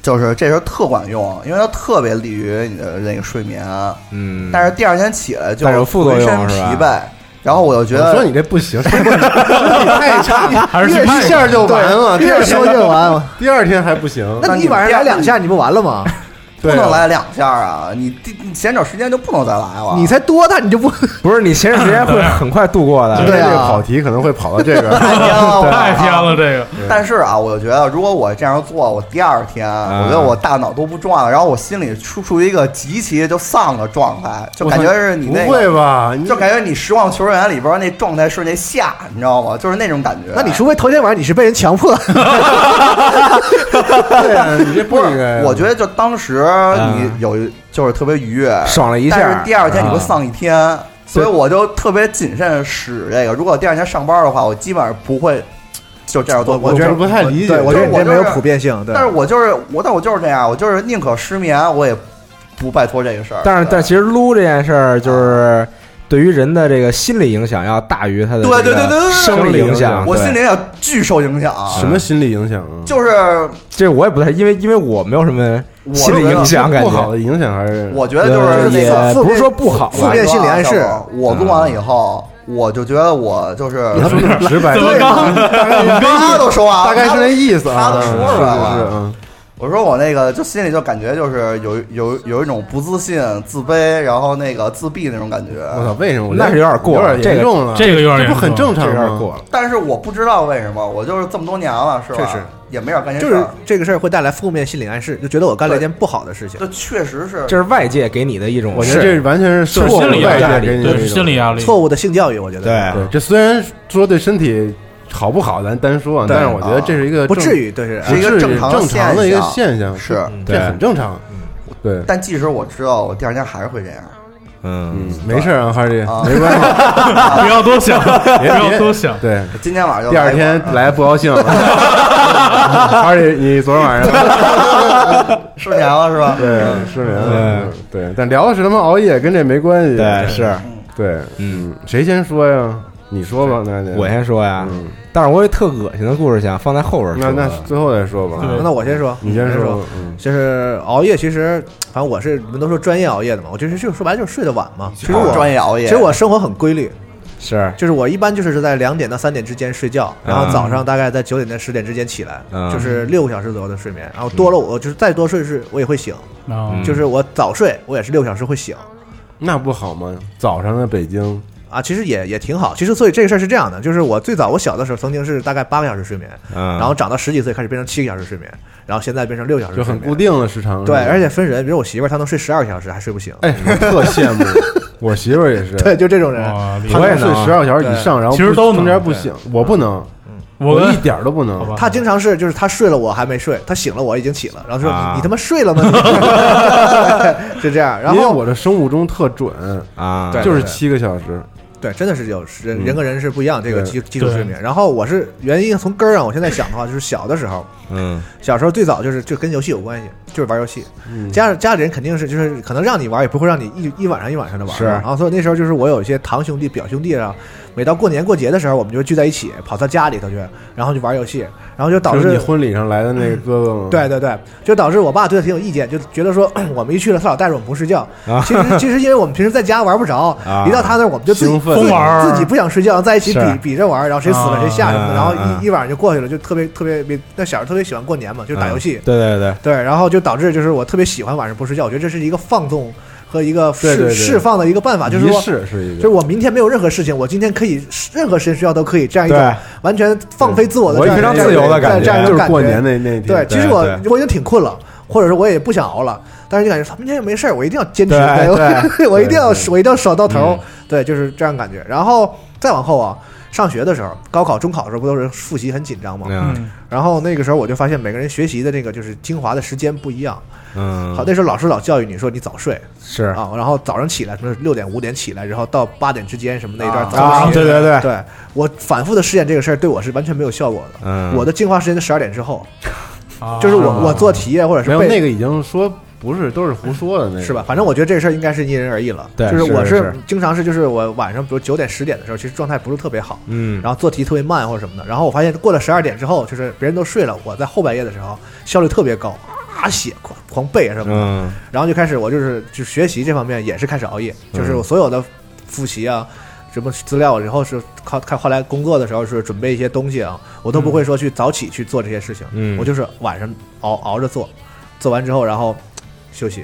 S1: 就是这时候特管用，因为它特别利于你的那个睡眠。啊
S2: 嗯，
S1: 但是第二天起来就
S2: 但是有副作用
S1: 浑身
S2: 是吧
S1: 疲惫，然后我就觉
S5: 我说
S1: 得
S5: 你这不行，你太差，
S7: 还是去
S5: 一
S7: 卖吧
S5: 下就完了，第
S8: 这
S5: 二
S8: 说
S5: 天
S8: 就完了。
S5: 第二天还不行，
S8: 那你晚上来两下，你不完了吗？
S1: 不
S5: 对
S1: 能
S5: 啊，
S1: 来两下啊，你第你闲找时间就不能再来了。
S8: 你才多大，你就不
S2: 不是你闲着时间会很快度过的，
S5: 今天
S1: 对
S5: 这个
S1: 啊
S5: 跑题可能会跑到这个。
S1: 太偏
S8: 啊
S1: 了，我
S2: 啊
S7: 太偏了，这个
S1: 但是啊，我就觉得，如果我这样做，我第二天，
S5: 嗯
S1: 我觉得我大脑都不转了，然后我心里处处于一个极其就丧的状态，就感觉是 你那
S5: 不会
S1: 个，
S5: 吧？你
S1: 就感觉你《失望球员》里边那状态是那下，你知道吗？就是那种感觉。
S8: 那你除非头天晚上你是被人强迫，
S5: 对啊，你这不应该啊。
S1: 我觉得就当时你有一就是特别愉悦，
S5: 嗯
S2: 爽了一下啊
S1: 但是第二天你会丧一天，所以我就特别谨慎使这个。如果第二天上班的话，我基本上不会就这样做。
S5: 我觉得不太理解
S8: 对，，我觉得你
S1: 我
S8: 这
S1: 就
S8: 没有
S1: 是
S8: 普遍性，对
S1: 但。是我就是我，但我就是这样，我就是宁可失眠，我也不拜托这个事儿。
S2: 但是，但
S1: 对
S2: 其实撸这件事儿，就是对于人的这个心理影响要大于他的
S1: 对
S2: 这个
S1: 对对对对对
S2: 生理影响。
S1: 我
S2: 对
S1: 心里也巨受影响，
S5: 什么心理影响啊？
S1: 就是
S2: 这我也不太，因为因为我没有什么
S1: 我
S2: 心理影响，感
S5: 不好
S2: 觉
S5: 的影响还是
S1: 我觉得就是那
S2: 呃
S1: 个
S2: 也不是说不好
S8: 负
S2: 吧
S8: 面，心理暗示
S1: 我录完了以后，我就觉得我就是
S5: 你说点直白，
S1: 对他都说完了，
S5: 大概是那意思啊。
S1: 他都
S5: 嗯
S1: 说出来了
S5: 是是是嗯
S1: 我说我那个就心里就感觉就是有有有一种不自信、自卑，然后那个自闭那种感觉。
S5: 我操，为什么？我觉
S2: 那
S5: 得
S2: 是有点过了
S5: 有点严重了。
S7: 这个有点
S5: 这
S7: 严
S5: 不
S7: 重
S5: 很正
S2: 这
S5: 常
S2: 有点
S5: 吗？
S2: 过了。
S1: 但是我不知道为什么，我就是这么多年了，是吧？
S8: 确实
S1: 也没少干这
S8: 就
S1: 事
S8: 是
S1: 儿，
S8: 这个事儿会带来负面心理暗示，就觉得我干了一件不好的事情
S1: 这，确实是
S2: 这是外界给你的一种，
S5: 我觉得这完全是社
S7: 心
S5: 会
S7: 理
S5: 外界
S7: 压力，
S5: 给你的
S7: 对
S5: 这种
S7: 心理压力，
S8: 错误的性教育，我觉得
S2: 对
S5: 对，这虽然说对身体好不好咱单说，啊，
S2: 对
S5: 但是我觉得这是一个
S8: 哦不
S5: 正
S8: 至于，对是
S5: 不
S1: 是一个
S5: 至于
S1: 正常的
S5: 正常的一个
S1: 现
S5: 现象，
S1: 是。
S5: 这很正常。对，
S1: 但即使我知道，我第二天还是会这样。
S2: 嗯
S5: 嗯，没事儿啊，哈利，
S1: 啊
S5: 没关系，
S7: 不要多想，不
S5: 别
S7: 要多想。
S5: 对，
S1: 今天晚上就
S5: 第二天来不高兴了，哈利， 你昨天晚上
S1: 失眠了是吧？嗯
S5: 对失眠了，对，但聊的是他妈熬夜，跟这没关系，
S2: 对是，
S5: 对，
S2: 嗯，
S5: 嗯，谁先说呀？你说吧，那
S2: 我先说呀
S5: 嗯，
S2: 但是我有特恶心的故事想放在后边
S5: 那
S2: 说。
S5: 那最后再说吧，
S7: 对
S8: 啊那我先说，
S5: 你
S8: 先
S5: 先说，嗯，
S8: 就是熬夜，其实反正我是你们都说专业熬夜的嘛，我就是就说白了就是睡得晚嘛。其实我
S1: 专业熬
S8: 其
S1: 夜，
S8: 实我生活很规律，
S2: 是，
S8: 就是我一般就是在两点到三点之间睡觉，然后早上大概在九点到十点之间起来，
S2: 嗯
S8: 就是六个小时左右的睡眠。然后多了我就是再多睡是我也会醒，
S7: 嗯
S8: 就是我早睡我也是六个小时会醒。
S5: 那不好吗？早上在北京，
S8: 啊，其实也也挺好。其实，所以这个事儿是这样的，就是我最早我小的时候曾经是大概八个小时睡眠，
S2: 嗯，
S8: 然后长到十几岁开始变成七个小时睡眠，然后现在变成六小时
S5: 就
S8: 睡眠，
S5: 很固定了时长。
S8: 对，而且分人，比如我媳妇儿她能睡十二个小时还睡不醒，
S5: 哎，我特羡慕， 我媳妇儿也是，
S8: 对，就这种人，
S7: 哇，厉害
S5: 她
S2: 我也
S5: 能睡
S2: 能啊
S5: 十二小时以上，然后
S7: 其实都能
S5: 中间不醒，我不能，
S7: 我跟
S5: 一点儿都不能
S7: 好。吧
S8: 她经常是就是她睡了我还没睡，她醒了我已经起了，然后说、
S2: 啊
S8: 你他妈睡了吗？ 你是这样，然
S5: 因为
S8: 后
S5: 我的生物钟特准，
S2: 啊，
S8: 对
S5: 就是七个小时。
S8: 对，真的是有人人跟人是不一样，这个
S5: 对
S8: 基基础
S7: 对
S8: 睡眠。然后我是原因从根儿上，我现在想的话就是小的时候，
S2: 嗯
S8: 小时候最早就是就跟游戏有关系，就是玩游戏。
S5: 嗯
S8: 家家里人肯定是就是可能让你玩，也不会让你一一晚上一晚上的玩。
S2: 是
S8: 然后所以那时候就是我有一些堂兄弟、表兄弟啊，每到过年过节的时候，我们就会聚在一起，跑到家里头去，然后就玩游戏，然后就导
S5: 就是你
S8: 致。
S5: 婚礼上来的那个哥哥吗？
S8: 嗯对对对，就导致我爸对他挺有意见，就觉得说 我们一去了，他老带着我们不 睡觉。
S2: 啊
S8: 其实其实因为我们平时在家玩不着，
S2: 啊
S8: 一到他那儿我们就自 己
S5: 兴奋
S8: 自己
S7: 疯玩儿
S8: 自己不想睡觉，在一起比
S2: 是
S8: 比着玩儿，然后谁死了谁下什么的，
S2: 啊
S8: 然后
S2: 啊
S8: 一一晚上就过去了，就特别特别别。那小时候特别喜欢过年嘛，就打游戏
S5: 啊
S2: 嗯，对对对，
S8: 对，然后就导致就是我特别喜欢晚上不睡觉，我觉得这是一个放纵和一个释
S5: 对对对
S8: 释放的一个办法，啊就是
S5: 仪
S8: 说。
S5: 式是一
S8: 就是
S5: 个。
S8: 我明天没有任何事情，我今天可以任何时间睡觉都可以，这样一
S2: 对
S8: 种完全放飞自我的
S5: 我
S8: 这
S5: 也
S8: 样一
S5: 非
S8: 种，
S5: 常自由的
S8: 这样
S5: 觉，
S8: 一种
S5: 就是
S8: 感
S5: 过年那那
S8: 对
S5: 天，。
S8: 其实
S2: 对
S8: 我
S2: 对
S8: 我已经挺困了，或者说我也不想熬了，但是就感觉明天也没事儿，我一定要坚持，
S2: 对嗯
S8: 我 我一定要
S5: 对
S8: 我一定要守到头儿，对，就是这样感觉。然后再往后啊，上学的时候，高考、中考的时候不都是复习很紧张吗？
S2: 嗯
S7: 嗯，
S8: 然后那个时候我就发现每个人学习的这个就是精华的时间不一样。
S2: 嗯，
S8: 好，那时候老师老教育你说你早睡
S2: 是
S8: 啊，然后早上起来什么六点五点起来，然后到八点之间什么那一段
S1: 啊
S8: 早上
S2: 啊，
S8: 起
S2: 对
S8: 来
S2: 对对，
S8: 对我反复的试验这个事儿，对我是完全没有效果的。
S2: 嗯，
S8: 我的进化时间在十二点之后，
S7: 啊
S8: 就是我我做题啊或者
S5: 没
S8: 是
S5: 有
S8: 背
S5: 那个已经说不是都是胡说的那个
S8: 是吧？？反正我觉得这事儿应该是因人而异了。
S2: 对
S8: 就是
S2: 是
S8: 我
S2: 是
S8: 是
S2: 是
S8: 经常是就是我晚上比如九点十点的时候，其实状态不是特别好，
S2: 嗯，
S8: 然后做题特别慢或者什么的。然后我发现过了十二点之后，就是别人都睡了，我在后半夜的时候效率特别高，啊写狂狂背啊什么的。
S2: 嗯
S8: 然后就开始我就是就学习这方面也是开始熬夜，就是我所有的复习啊。什么资料，然后是靠看后来工作的时候是准备一些东西啊，我都不会说去早起去做这些事情，
S2: 嗯
S8: 我就是晚上熬熬着做，做完之后然后休息，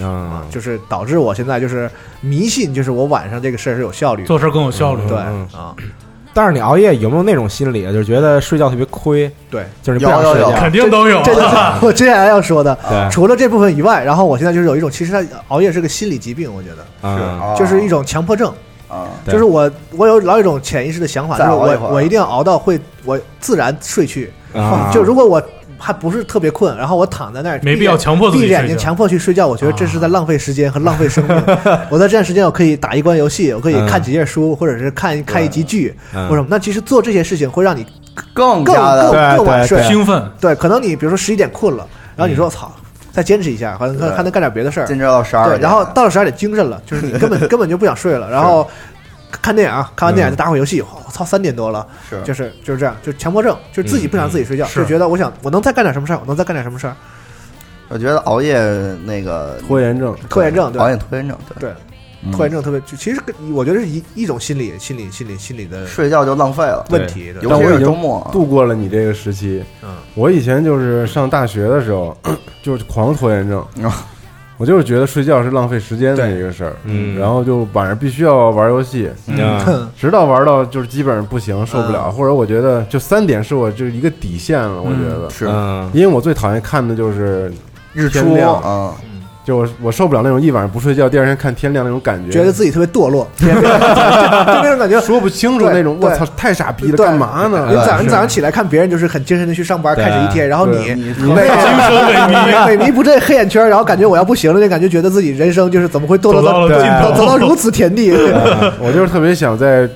S8: 啊
S2: 嗯，，
S8: 就是导致我现在就是迷信，就是我晚上这个事儿是有效率的，
S7: 做事更有效率。
S8: 对
S2: 嗯
S8: 啊，
S2: 但是你熬夜有没有那种心理啊？就是觉得睡觉特别亏，
S8: 对，
S2: 就是你不想睡
S1: 有有有
S2: 觉
S7: 肯定都有啊，
S8: 这就是 我接下来要说的。
S2: 对
S8: 除了这部分以外，然后我现在就是有一种，其实它熬夜是个心理疾病，我觉得
S1: 哦
S2: 啊，
S8: 就是一种强迫症，
S1: 啊，
S2: 对
S8: 就是我我有老有一种潜意识的想法，
S1: 再
S8: 就是
S1: 熬一会
S8: 我
S1: 儿
S8: 我一定要熬到会我自然睡去，
S2: 啊
S8: 就如果我还不是特别困，然后我躺在那儿，
S7: 没必要
S8: 闭着
S7: 强迫自己
S8: 闭着眼
S7: 睡
S8: 睛
S7: 觉
S8: 强迫去睡觉，我觉得这是在浪费时间和浪费生命。我在这段时间，我可以打一关游戏，我可以
S2: 嗯
S8: 看几页书，或者是看看一集剧，
S2: 嗯
S8: 或者什么。那其实做这些事情会让你
S1: 更
S8: 更
S1: 加
S8: 更
S1: 的
S2: 对
S8: 更晚
S2: 对
S8: 睡，
S2: 对
S7: 兴奋，
S8: 对，可能你比如说十一点困了，然后你说操，再坚持一下，还能
S1: 对
S8: 还能干点别的事儿。
S1: 坚持到十二
S8: 对，
S1: 点，
S8: 然后到了十二点精神了，就是你根本根本就不想睡了，然后看电影啊，看完电影再打会儿游戏，哇我操，三点多了，
S1: 是
S8: 就是就是这样，就是强迫症，就是自己不想自己睡觉，
S7: 是
S8: 就觉得我想我能再干点什么事儿，我能再干点什么事儿，
S1: 我觉得熬夜那个
S5: 拖延症，
S8: 拖延症对
S1: 熬夜拖延症，对
S8: 对拖延症特别，就其实跟我觉得是一一种心理心理心理心理的
S1: 睡觉就浪费了，
S8: 问题的
S1: 尤
S5: 但
S1: 其
S5: 我已
S1: 是
S5: 经
S1: 周末啊，
S5: 度过了你这个时期。
S8: 嗯
S5: 我以前就是上大学的时候， 就是狂拖延症
S1: 哦，
S5: 我就是觉得睡觉是浪费时间的
S8: 啊对嗯
S5: 一个事儿，
S2: 嗯
S5: 然后就晚上必须要玩游戏，
S2: 啊，
S5: 直到玩到就是基本上不行，受不了，或者我觉得就三点是我就是一个底线了，我觉得，
S1: 是
S2: 嗯
S5: 因为我最讨厌看的就是
S1: 日
S5: 天
S1: 出
S5: 亮
S1: 啊，
S5: 就我我受不了那种一晚上不睡觉，第二天看天亮那种感觉，
S8: 觉得自己特别堕落，就那种感觉。
S5: 说不清楚
S8: 对
S5: 那种，我
S8: 对
S5: 操，太傻逼了，
S8: 对
S5: 干嘛呢？
S8: 你早上
S5: 是
S8: 你早上起来看别人就是很精神的去上班，
S2: 对
S8: 开始一天，然后
S5: 对
S8: 你
S1: 你
S8: 你那个萎靡不振黑眼圈，然后感觉我要不行了，那感觉觉得自己人生就是怎么会堕
S7: 走
S8: 落
S7: 到
S8: 到
S7: 了
S5: 对
S7: 尽
S8: 走
S7: 头，
S8: 走到如此田地？
S5: 我就是特别想在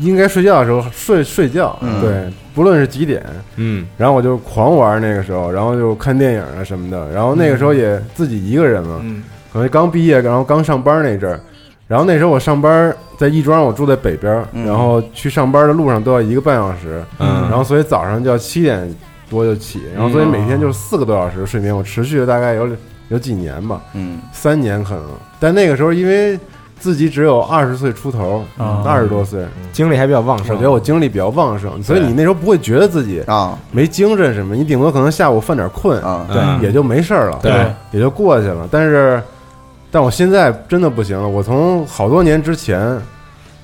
S5: 应该睡觉的时候睡睡觉，
S1: 嗯
S5: 对，不论是几点，
S2: 嗯
S5: 然后我就狂玩那个时候，然后就看电影啊什么的，然后那个时
S1: 嗯
S5: 候也自己一个人嘛，
S2: 嗯
S5: 可能刚毕业，然后刚上班那阵儿，然后那时候我上班在亦庄，我住在北边儿，
S1: 嗯
S5: 然后去上班的路上都要一个半小时，
S2: 嗯
S5: 然后所以早上就要七点多就起，然后所以
S1: 嗯
S5: 每天就是四个多小时睡眠，我持续了大概有有几年吧，
S1: 嗯，
S5: 三年可能，但那个时候因为自己只有二十岁出头，
S7: 啊
S5: 二十多岁，
S1: 嗯
S2: 精力还比较旺
S5: 我
S2: 盛，
S5: 觉得我精力比较旺盛，所以你那时候不会觉得自己
S1: 啊
S5: 没精神什么，你顶多可能下午犯点困，
S1: 啊，
S2: 嗯
S5: 也就没事儿了，
S2: 对
S5: 也就过去了。但是，但我现在真的不行了，我从好多年之前，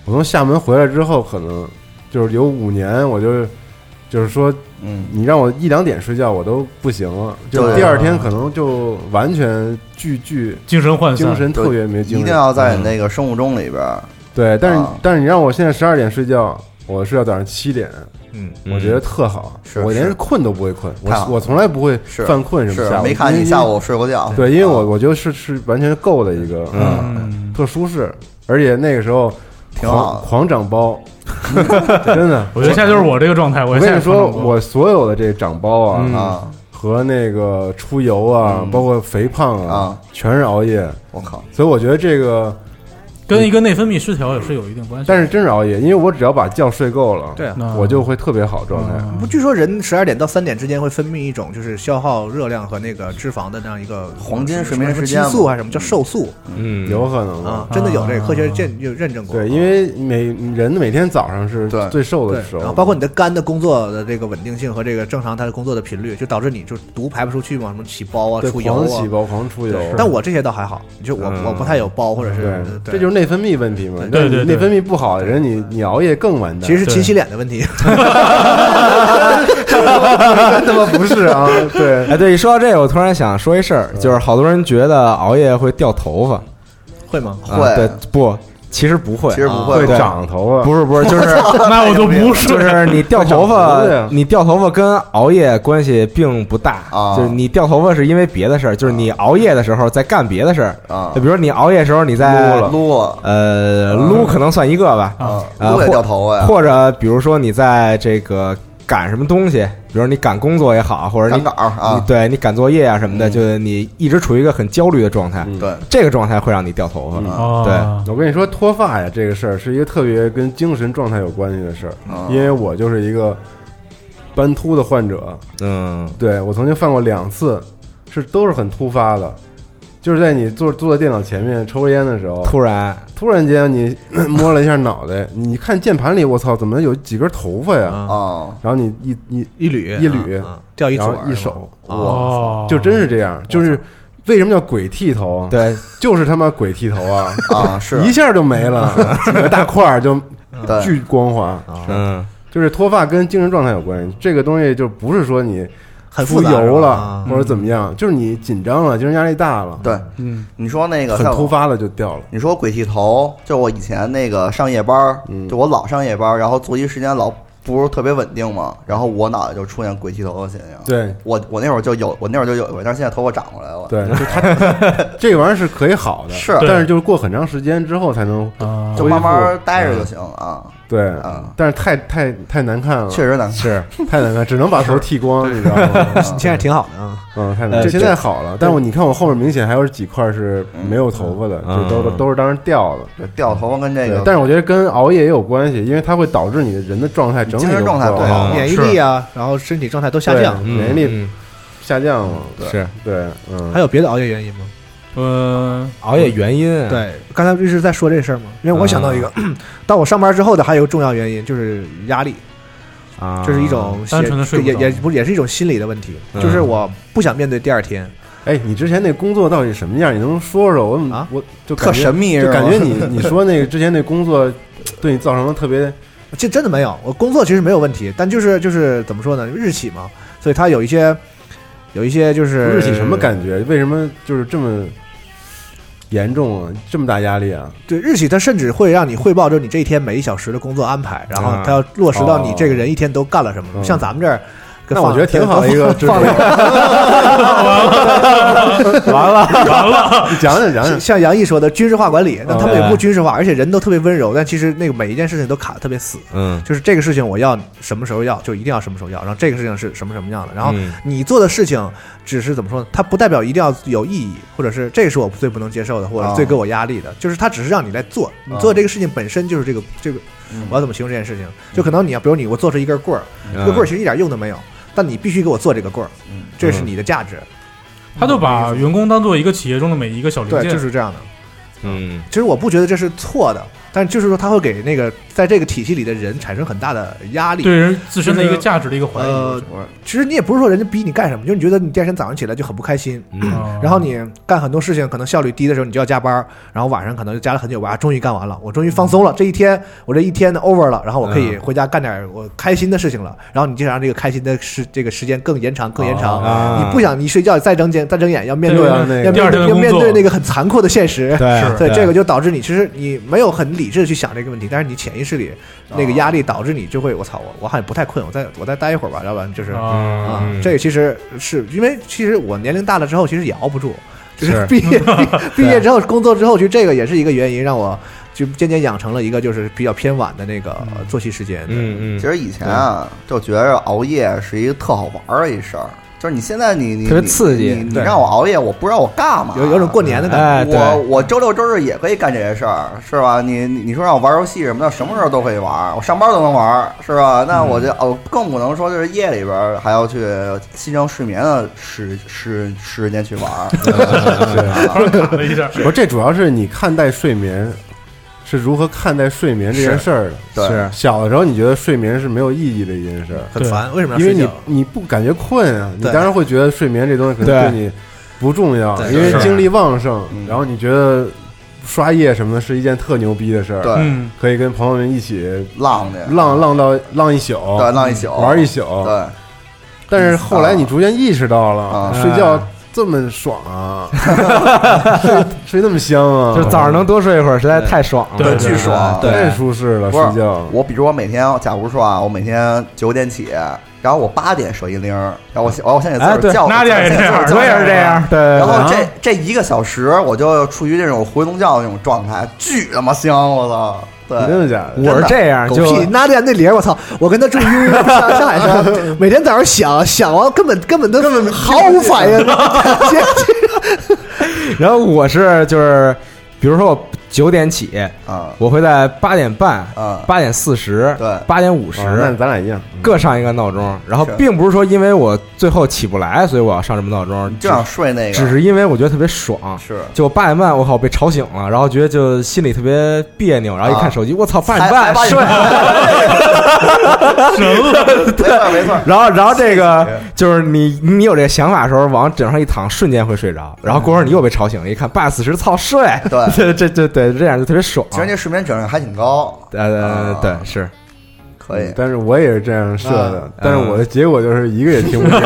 S5: 我从厦门回来之后，可能就是有五年，我就就是说，
S1: 嗯，
S5: 你让我一两点睡觉，我都不行了，就
S1: 对啊
S5: 第二天可能就完全巨巨
S7: 精神
S1: 啊
S7: 涣
S5: 精
S7: 散，
S5: 神特别没精
S1: 一
S5: 神，
S1: 定要在你那个生物钟里边儿，
S5: 对，但是、
S1: 啊
S5: 但是你让我现在十二点睡觉，我睡到早上七点，
S8: 嗯，
S5: 我觉得特好，
S1: 是
S5: 我连
S1: 是
S5: 困都不会困，
S1: 太好
S5: 我
S1: 了
S5: 我从来不会
S1: 是
S5: 犯困什么
S1: 是
S5: 下午，
S1: 没看
S5: 因
S1: 你
S5: 为
S1: 下午睡过觉，
S5: 嗯对，因为
S1: 啊
S5: 我我觉得是是完全够的一个，啊
S2: 嗯
S7: 嗯，
S5: 特舒适，而且那个时候
S1: 挺好
S5: 狂
S1: 的，
S5: 狂 长包，真的，
S7: 我觉得现在就是我这个状态， 我
S5: 我
S7: 现
S5: 跟
S7: 在
S5: 你说，
S7: 看到
S5: 我所有的这长包啊、
S2: 嗯
S1: 啊，
S5: 和那个出油啊，包括肥胖
S1: 嗯啊
S5: 全是熬夜，
S1: 我靠，
S5: 所以我觉得这个，
S7: 跟一个内分泌失调也是有一定关系的，
S5: 但是真是熬夜，因为我只要把觉睡够了，
S8: 对啊
S7: 那
S5: 我就会特别好状态。
S7: 嗯
S8: 不，据说人十二点到三点之间会分泌一种就是消耗热量和那个脂肪的那样一个
S1: 黄金睡
S8: 什么
S1: 眠
S8: 什么
S1: 时间
S8: 激
S1: 嘛
S8: 素啊还是什么叫瘦素
S2: 嗯
S5: 有可能
S8: 啊
S5: 吧，？
S8: 真的有这个
S7: 啊
S8: 科学见有认证过。
S5: 对，因为每人每天早上是
S1: 对
S5: 最瘦
S8: 对
S5: 的时，
S8: 然后
S5: 候，
S8: 包括你的肝的工作的这个稳定性和这个正常它的工作的频率，就导致你就毒排不出去嘛，什么起包啊、
S5: 对
S8: 出油
S5: 狂
S8: 啊
S5: 起。包、狂出油，
S8: 但我这些倒还好，就我
S2: 嗯
S8: 我不太有包或者是
S5: 对，
S8: 对
S5: 嗯这就是内分泌问题嘛。
S8: 对
S5: 但你
S7: 对对
S5: 内分泌不好的人，你你熬夜更完蛋。
S8: 其实是秦洗脸的问题。
S5: 他妈不是啊，对，
S2: 哎，对，一说到这个，我突然想说一事
S1: 嗯
S2: 儿，就是好多人觉得熬夜会掉头发，
S8: 会吗？
S2: 啊
S1: 会
S2: 对，不，其实不会
S1: 其，实不
S5: 嗯会
S1: 会
S2: 对
S5: 长头发。
S2: 不是不是，就是
S7: 那我就不是
S2: 就，是你掉头
S5: 会长头发
S2: 发
S5: 呀，
S2: 你掉头发跟熬夜关系并不大，
S1: 啊
S2: 就是你掉头发是因为别的事儿，就是你熬夜的时候在干别的事儿，
S1: 啊
S2: 就，比如你熬夜的时候你在
S1: 撸了，
S2: 呃撸可能算一个吧，
S1: 啊，
S2: 呃
S1: 撸也
S2: 或
S1: 掉头发呀，
S2: 或者比如说你在这个赶什么东西，比如你赶工作也好，或者
S1: 赶
S2: 你
S1: 稿儿
S2: 你
S1: 啊，
S2: 对你赶作业啊什么的，就是你一直处于一个很焦虑的状态，
S5: 嗯
S1: 对，
S2: 这个状态会让你掉头发。
S5: 嗯
S7: 哦，
S5: 我跟你说，脱发呀，这个事儿是一个特别跟精神状态有关系的事儿，
S8: 啊
S1: 嗯
S5: 因为我就是一个斑秃的患者，
S2: 嗯
S5: 对我曾经犯过两次，是都是很突发的，就是在你坐坐在电脑前面抽着烟的时候，
S2: 突然，
S5: 突然间你 摸了一下脑袋，你看键盘里，我操，怎么有几根头发呀？
S8: 啊，
S1: 哦，
S5: 然后你一一
S8: 一缕
S5: 一缕
S8: 啊啊掉一
S5: 然
S8: 撮
S5: 后
S8: 儿
S5: 一
S8: 是啊吗
S5: 手，
S7: 哦，
S5: 就真是这样，就是为什么叫鬼剃头啊？
S2: 对，
S5: 就是他妈鬼剃头啊，
S1: 啊，是
S5: 一下就没 了，几个大块儿就
S1: 对，
S5: 巨光滑。
S2: 嗯，
S5: 就是脱发跟精神状态有关系，这个东西就不是说你
S8: 很
S5: 出
S8: 复杂是吧
S5: 油了
S8: 啊
S5: 或者怎么样，就是你紧张了，精神压力大了，
S1: 对，
S7: 嗯，
S1: 你说那个
S5: 很
S1: 像
S5: 突发了就掉了。
S1: 你
S5: 嗯
S1: 说我鬼剃头，就我以前那个上夜班儿，就我老上夜班儿，然后作息时间老不是特别稳定嘛，然后我脑袋就出现鬼剃头的现象。
S5: 对，
S1: 我我那会儿就有，我那会儿就有过，但是现在头发长过来了。
S5: 对，就它 这个玩意儿是可以好的，
S1: 嗯是
S5: 但是就是过很长时间之后才能
S8: 嗯
S5: 恢复，
S1: 就慢慢待
S5: 嗯
S1: 着就行啊。
S5: 对，但是太太太难看了，
S1: 确实难看
S5: 是太难看，只能把头剃光，你知道吗？
S8: 现在挺好的啊。
S5: 嗯，太难看。
S8: 呃这
S5: 现在好了，但
S8: 对
S5: 我你看我后面明显还有几块是没有头发的，
S2: 嗯
S5: 就都
S2: 嗯
S5: 都是当时掉的。
S1: 对，掉头发跟这个
S5: 对，但是我觉得跟熬夜也有关系，因为它会导致你的人的状态整体
S1: 精神
S5: 就
S1: 状态
S5: 不
S1: 不
S5: 好
S1: 好
S8: 免疫力啊，嗯然后身体状态都下
S5: 对
S8: 降。
S5: 免疫力下降了。对
S2: 嗯是
S5: 对，嗯，
S8: 还有别的熬夜原因吗？
S7: 呃，
S2: 熬夜原因，
S5: 嗯
S8: 对，刚才不是在说这事儿吗？因为我想到一个， 当我上班之后的还有一个重要原因就是压力，
S2: 啊，
S8: 这是一种
S7: 单纯的睡不
S8: 也
S7: 着
S8: 也不也是一种心理的问题，
S2: 嗯
S8: 就是我不想面对第二天。
S5: 哎，你之前那工作到底什么样？你能说说？我怎么
S8: 啊
S5: 我就感
S1: 特
S5: 觉
S1: 神秘，
S5: 就是
S1: 吧
S5: 感觉你你说那个之前那工作对你造成了特别
S8: 这真的没有，我工作其实没有问题，但就是就是怎么说呢，日企嘛，所以它有一些有一些就是
S5: 日起什么感觉？为什么就是这么严重啊？这么大压力啊？
S8: 对日企，它甚至会让你汇报，就是你这一天每一小时的工作安排，然后它要落实到你这个人一天都干了什么。
S5: 啊哦
S8: 像咱们这儿，跟
S5: 那我
S8: 放
S5: 觉得挺好的一 个制度。
S8: 放
S5: 完了完了，你讲讲讲
S8: 像
S5: 讲。
S8: 像杨毅说的军事化管理，那他
S5: 哦
S8: 们
S2: 对
S8: 也不军事化，而且人都特别温柔，但其实那个每一件事情都卡得特别死。
S2: 嗯，
S8: 就是这个事情我要什么时候要，就一定要什么时候要，然后这个事情是什么什么样的，然后
S2: 嗯
S8: 你做的事情只是怎么说呢？它不代表一定要有意义，或者是这个是我最不能接受的，或者
S1: 哦
S8: 最给我压力的，就是它只是让你来做，你做这个事情本身就是这个这个，我要怎么形容这件事情？就可能你要，比如你我做出一根棍儿，
S2: 嗯
S8: 这个棍儿其实一点用都没有，但你必须给我做这个棍儿，这是你的价值，
S7: 他就把员工当做一个企业中的每一个小零
S8: 对，
S7: 件，
S8: 就是这样的。
S2: 嗯
S8: 其实我不觉得这是错的，但就是说它会给那个在这个体系里的人产生很大的压力。
S7: 对人自身的一个价值的一个怀疑。
S8: 呃，其实你也不是说人家逼你干什么，就是你觉得你第二天早上起来就很不开心，
S2: 嗯
S7: 哦
S8: 然后你干很多事情可能效率低的时候，你就要加班儿，然后晚上可能就加了很久班，啊终于干完了，我终于放松了，这一天我这一天的 over 了，然后我可以回家干点我开心的事情了，然后你就想让这个开心的时这个时间更延长更延长，
S2: 啊
S8: 你不想你睡觉再睁眼再睁眼要面对
S7: 对
S5: 那个
S8: 要面
S7: 第二天
S8: 对
S7: 的
S8: 要
S7: 工
S8: 面
S7: 作
S8: 对那个很残酷的现实，
S2: 对
S8: 对，这个就导致你其实你没有很理智的去想这个问题，但是你潜意识里那个压力导致你就会，我操，我我好像不太困，我再我再待一会儿吧，要不然就是啊、
S7: 啊，
S2: 嗯
S8: 这个其实是因为其实我年龄大了之后，其实也熬不住，就是
S2: 是
S8: 毕业 毕业之后工作之后，其实这个也是一个原因，让我就渐渐养成了一个就是比较偏晚的那个作息时间。
S2: 嗯
S1: 其实以前啊，就觉着熬夜是一个特好玩儿的一事儿，就是你现在你你
S2: 特别刺激
S1: 你你你
S8: 对
S1: 让我熬夜，我不知道我干嘛，
S8: 有有种过年的感觉，
S2: 哎对
S1: 我我周六周日也可以干这些事儿，是吧？你你你说让我玩游戏什么的，什么时候都可以玩，我上班都能玩，是吧？那我就、
S2: 嗯
S1: 哦，更不能说就是夜里边儿还要去牺牲睡眠的时时时间去玩。
S7: 卡了一下，
S5: 不是，这主要是你看待睡眠是如何看待睡眠这件事儿
S1: 对
S5: 的。
S2: 是
S5: 小的时候你觉得睡眠是没有意义的一件事儿，
S8: 很烦，为什么要
S5: 因为
S8: 睡
S5: 你
S8: 觉？
S5: 你不感觉困啊，你
S8: 对
S5: 当然会觉得睡眠这东西可能
S2: 对
S5: 对你不重要，
S8: 对
S5: 因为
S7: 是
S5: 精力旺盛
S1: 嗯，
S5: 然后你觉得刷夜什么的是一件特牛逼的事儿，
S1: 对，
S7: 嗯，
S5: 可以跟朋友们一起
S1: 浪去，
S5: 浪浪到浪一宿，
S1: 对，浪一宿，
S5: 玩一宿。
S1: 对，
S5: 但是后来你逐渐意识到了
S1: 啊，
S5: 睡觉这么爽 啊，睡睡那么香啊，
S2: 就早上能多睡一会儿，实在太爽了，
S7: 对
S1: 巨爽。
S2: 对
S5: 太舒适
S2: 啊
S5: 了，
S1: 啊不是
S5: 睡觉。
S1: 我比如我每天，假如说啊，我每天九点起，然后我八点设一铃儿，然后我现我现在
S2: 哎
S1: 自个
S2: 对
S1: 儿叫，
S7: 娜姐也这样
S1: 我现在自个
S2: 我
S1: 儿
S2: 也
S1: 叫
S2: 是这样，嗯对，对
S1: 然后
S2: 对
S1: 这这一个小时，我就处于这种回笼觉的那种状态，巨他妈香！我操，
S5: 你真
S1: 对，
S5: 的假的？
S2: 我是这样，
S8: 狗
S2: 就
S8: 屁！那点那铃儿，我操！我跟他住一个月上上海山，每天早上响响完，根本根本都根本毫无反应，
S2: 然后我是就是，比如说我九点起，
S1: 啊
S2: 我会在八点半、
S1: 啊，
S2: 八点四十、
S1: 对嗯
S2: 八点五十
S5: 啊那咱俩一样，
S2: 各上一个闹钟。然后
S1: 是
S2: 并不是说因为我最后起不来，所以我要上这么闹钟，
S1: 就想睡那个，
S2: 只只是因为我觉得特别爽。
S1: 嗯是
S2: 就八点半，我靠被吵醒了，然后觉得就心里特别别扭，然后一看手机，我操八点
S1: 还还
S2: 半
S1: 啊八点
S2: 睡，
S1: 没错没错，
S2: 然后然后这个就是你你有这个想法的时候，往枕上一躺，瞬间会睡着，然后过会儿你又被吵醒了，一看八点四十，操睡，
S1: 嗯对
S2: 这这这对这样就特别爽。
S1: 其实啊这睡眠质量还挺高，
S2: 呃，对，是
S1: 可以。啊
S5: 但是我也是这样设的，但是我的结果就是一个也听不见。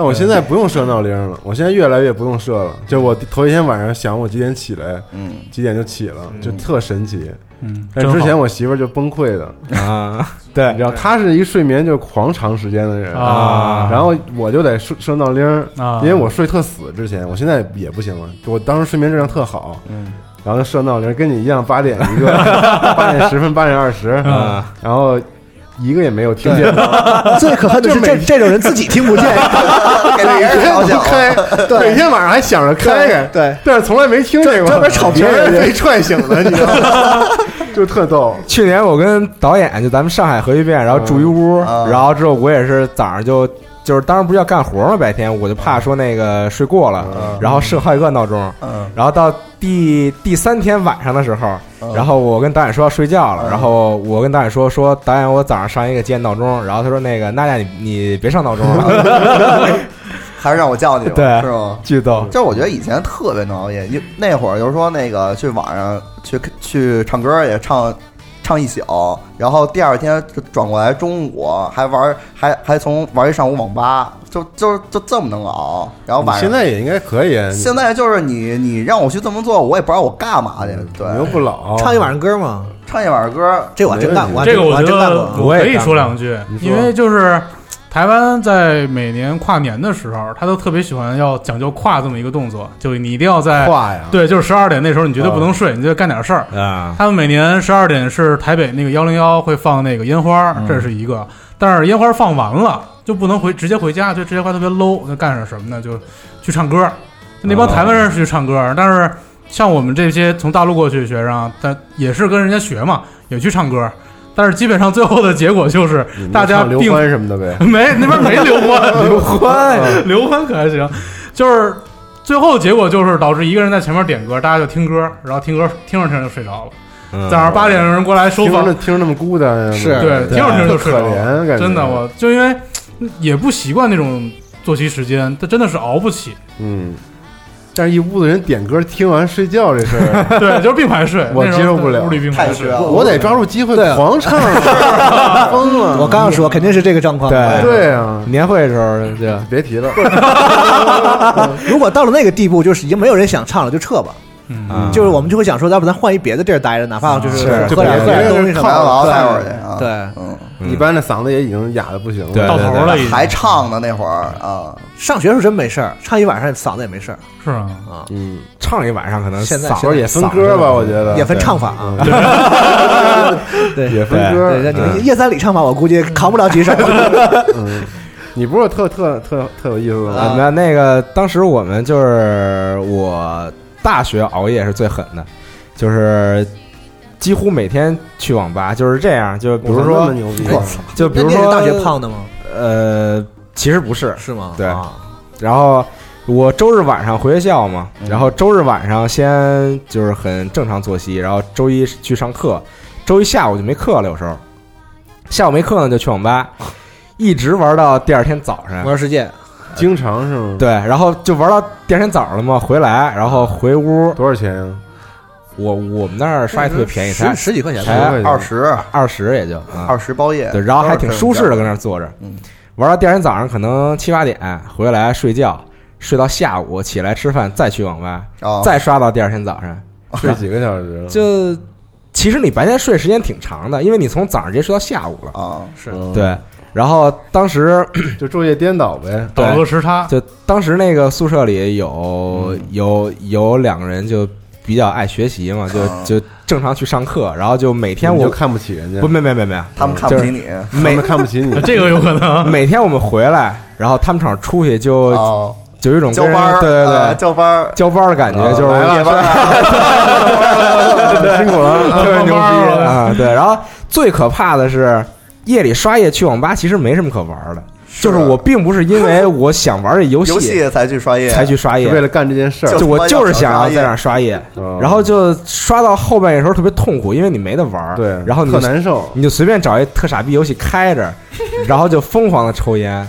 S5: 那我现在不用设闹铃了，我现在越来越不用设了。就我头一天晚上想我几点起来，
S1: 嗯，
S5: 几点就起了，就特神奇。
S7: 嗯
S5: 但之前我媳妇儿就崩溃的
S2: 啊，对，
S5: 然后她是一睡眠就狂长时间的人
S7: 啊
S5: 然后我就得设设闹铃儿
S7: 啊
S5: 因为我睡特死，之前我现在也不行了，我当时睡眠质量特好，
S7: 嗯，
S5: 然后设闹铃儿跟你一样，八点一个，八点十分，八点二十，
S7: 嗯
S5: 然后一个也没有听见，
S8: 最可恨的是这这种人自己听不见，
S1: 给别人
S5: 天
S1: 吵
S5: 不
S1: 架，
S5: 开，每天晚上还想着开开，
S8: 对，
S5: 但是从来没听见过，
S8: 专门吵别人
S5: 被踹醒的，你知道吗？ 就特逗，
S2: 去年我跟导演就咱们上海核聚变，然后住一屋，
S1: 嗯
S2: 然后之后我也是早上就就是当时不是要干活嘛，白天我就怕说那个睡过了，
S1: 嗯
S2: 然后设好几个闹钟，
S1: 嗯
S2: 然后到第第三天晚上的时候，
S1: 嗯
S2: 然后我跟导演说要睡觉了，
S1: 嗯
S2: 然后我跟导演说说导演我早上上一个接闹钟，然后他说那个娜娜你你别上闹钟了，
S1: 还是让我叫你吧，
S2: 对
S1: 是吗？
S2: 巨逗
S1: 就是我觉得以前特别能熬夜，因那会儿就是说那个去晚上去去唱歌也唱唱一宿，然后第二天就转过来中午还玩还还从玩一上午网吧，就就就这么能熬，然后
S5: 你
S1: 晚上
S5: 现在也应该可以，啊
S1: 现在就是你你让我去这么做，我也不知道我干
S5: 啊
S1: 嘛去，对
S5: 你，又嗯不老，
S8: 唱一晚上歌嘛，
S1: 唱一晚上歌，
S8: 这我还真干过，
S7: 这个
S8: 我还
S7: 觉
S8: 真干
S7: 得
S8: 过。
S2: 我也
S7: 可以
S2: 干
S7: 说
S2: 过
S7: 两句
S5: 你，说
S7: 因为就是台湾在每年跨年的时候，他都特别喜欢要讲究跨这么一个动作，就你一定要在
S5: 话 呀，
S7: 对，就是十二点那时候你绝对不能睡，你就干点事儿。
S2: 啊，
S7: 他们每年十二点是台北那个幺零幺会放那个烟花，
S5: 嗯
S7: 这是一个，但是烟花放完了就不能回直接回家，就这些花特别 low，那干点什么呢？就去唱歌，那帮台湾人是去唱歌，但是像我们这些从大陆过去的学生，啊但也是跟人家学嘛，也去唱歌，但是基本上最后的结果就是
S5: 你们
S7: 大家
S5: 唱刘
S7: 并，
S5: 欢什么的呗
S7: 没那边没刘欢， 刘
S5: 欢，
S7: 刘欢可还行，就是最后结果就是导致一个人在前面点歌，大家就听歌，然后听歌听着听着就睡着了。
S2: 嗯
S7: 早上八点有人过来收
S5: 听着
S7: 房
S5: 那，听着那么孤单，啊
S8: 是
S7: 对，听着听着就睡着
S5: 特可
S7: 了。
S5: 怜感觉
S7: 真的，我就因为嗯也不习惯那种作息时间，他真的是熬不起。
S5: 嗯。但是，一屋子人点歌听完睡觉这事儿，
S7: 对，就是并排睡，
S5: 我
S7: 那时候
S5: 接受不了
S7: 屋里并排
S1: 太
S7: 睡
S1: 绝。了，
S5: 我得抓住机会
S8: 对啊
S5: 狂唱，啊 疯了！
S8: 我刚要说，肯定是这个状况。
S2: 对
S5: 对啊，
S2: 年会的时候就
S5: 别提了，
S8: 如果到了那个地步，就是已经没有人想唱了，就撤吧。
S7: 嗯，
S2: 啊
S8: 就是我们就会想说，要不咱换一别的地儿待着，哪怕就是
S2: 是
S8: 喝点
S5: 就别
S8: 喝点东西什
S1: 看
S8: 么
S1: 完了
S8: 的。
S1: 待会儿去啊，
S8: 对，
S1: 嗯，
S2: 嗯
S5: 一般的嗓子也已经哑的不行了。
S2: 对
S7: 到头了已经。
S1: 还唱呢那会儿啊，
S8: 上学时候真没事儿，唱一晚上嗓子也没事儿。
S7: 是啊，
S5: 嗯，
S2: 唱一晚上可能
S8: 现在
S2: 嗓
S5: 其
S2: 子
S5: 实也分歌吧，我觉得嗯
S8: 也分唱法啊
S5: 对
S8: 对，
S5: 也
S2: 嗯
S5: 分歌
S8: 对，。那你们夜三里唱吧，我估计扛不了几首。
S5: 嗯，你不是特特特特有意思吗？
S2: 啊，那那个当时我们就是我大学熬夜是最狠的，就是几乎每天去网吧，就是这样。就比如
S5: 我操那么
S2: 说，
S5: 牛逼，
S2: 就比
S8: 那
S2: 如
S8: 你是
S2: 说
S8: 大学，胖的吗？
S2: 呃，其实不是。
S8: 是吗？
S2: 对
S8: 啊
S2: 然后我周日晚上回学校嘛，然后周日晚上先就是很正常作息，然后周一去上课，周一下午就没课了，有时候下午没课呢就去网吧，一直玩到第二天早上。
S8: 魔兽世界
S5: 经常是吗？
S2: 对，然后就玩到第二天早上了嘛，回来，然后回屋，
S5: 多少钱啊呀？
S2: 我我们那儿刷也特别便宜，
S8: 十
S2: 才
S8: 十几块
S5: 哎
S8: 钱吧。
S2: 才
S5: 十块钱
S1: 二十
S2: 二十也就二
S1: 二十包夜，
S2: 对，然后还挺舒适的，跟那儿坐着
S1: 嗯，
S2: 玩到第二天早上可能七八点回来睡觉，睡到下午起来吃饭，再去网吧，
S1: 啊，
S2: 再刷到第二天早上，
S1: 嗯
S5: 睡几个小时了？
S2: 就其实你白天睡时间挺长的，因为你从早上直接睡到下午了，
S1: 啊，
S8: 是
S5: 嗯
S2: 对，然后当时
S5: 就昼夜颠倒呗。
S7: 倒
S2: 对
S7: 个时差，。
S2: 就当时那个宿舍里有
S1: 嗯
S2: 有有两个人就比较爱学习嘛，
S1: 啊
S2: 就就正常去上课，然后就每天
S5: 你就
S2: 我
S5: 看不起人家
S2: 不，没没没没，
S1: 他们看不起你，
S5: 他
S2: 每
S5: 们看不 起你
S7: 这个有可能。
S2: 每天我们回来，然后他们厂出去就
S1: 哦，
S2: 就有一种
S1: 交
S2: 跟人
S1: 班儿，
S2: 对对
S1: 呃
S2: 对，
S1: 交啊班儿，
S2: 交班儿的感觉，就是
S5: 来
S1: 夜
S5: 了
S1: 班 儿
S5: 辛苦了，啊
S2: 特别
S7: 交
S2: 牛逼
S7: 班儿了
S2: 啊！对，然后最可怕的是夜里刷夜去网吧，其实没什么可玩儿的，就是我并不是因为我想玩这游
S1: 游
S2: 戏
S1: 戏才去刷夜，
S2: 才去刷
S5: 是
S2: 夜
S5: 为，了干这件事儿
S1: 就。
S2: 就我就是想要
S1: 就
S2: 在那儿刷夜，
S5: 嗯
S2: 然后就刷到后半夜的时候特别痛苦，因为你没得玩儿，
S5: 对，
S2: 然后你
S5: 特
S2: 就
S5: 难 受。
S2: 你就随便找一特傻逼游戏开着，然后就疯狂的抽烟，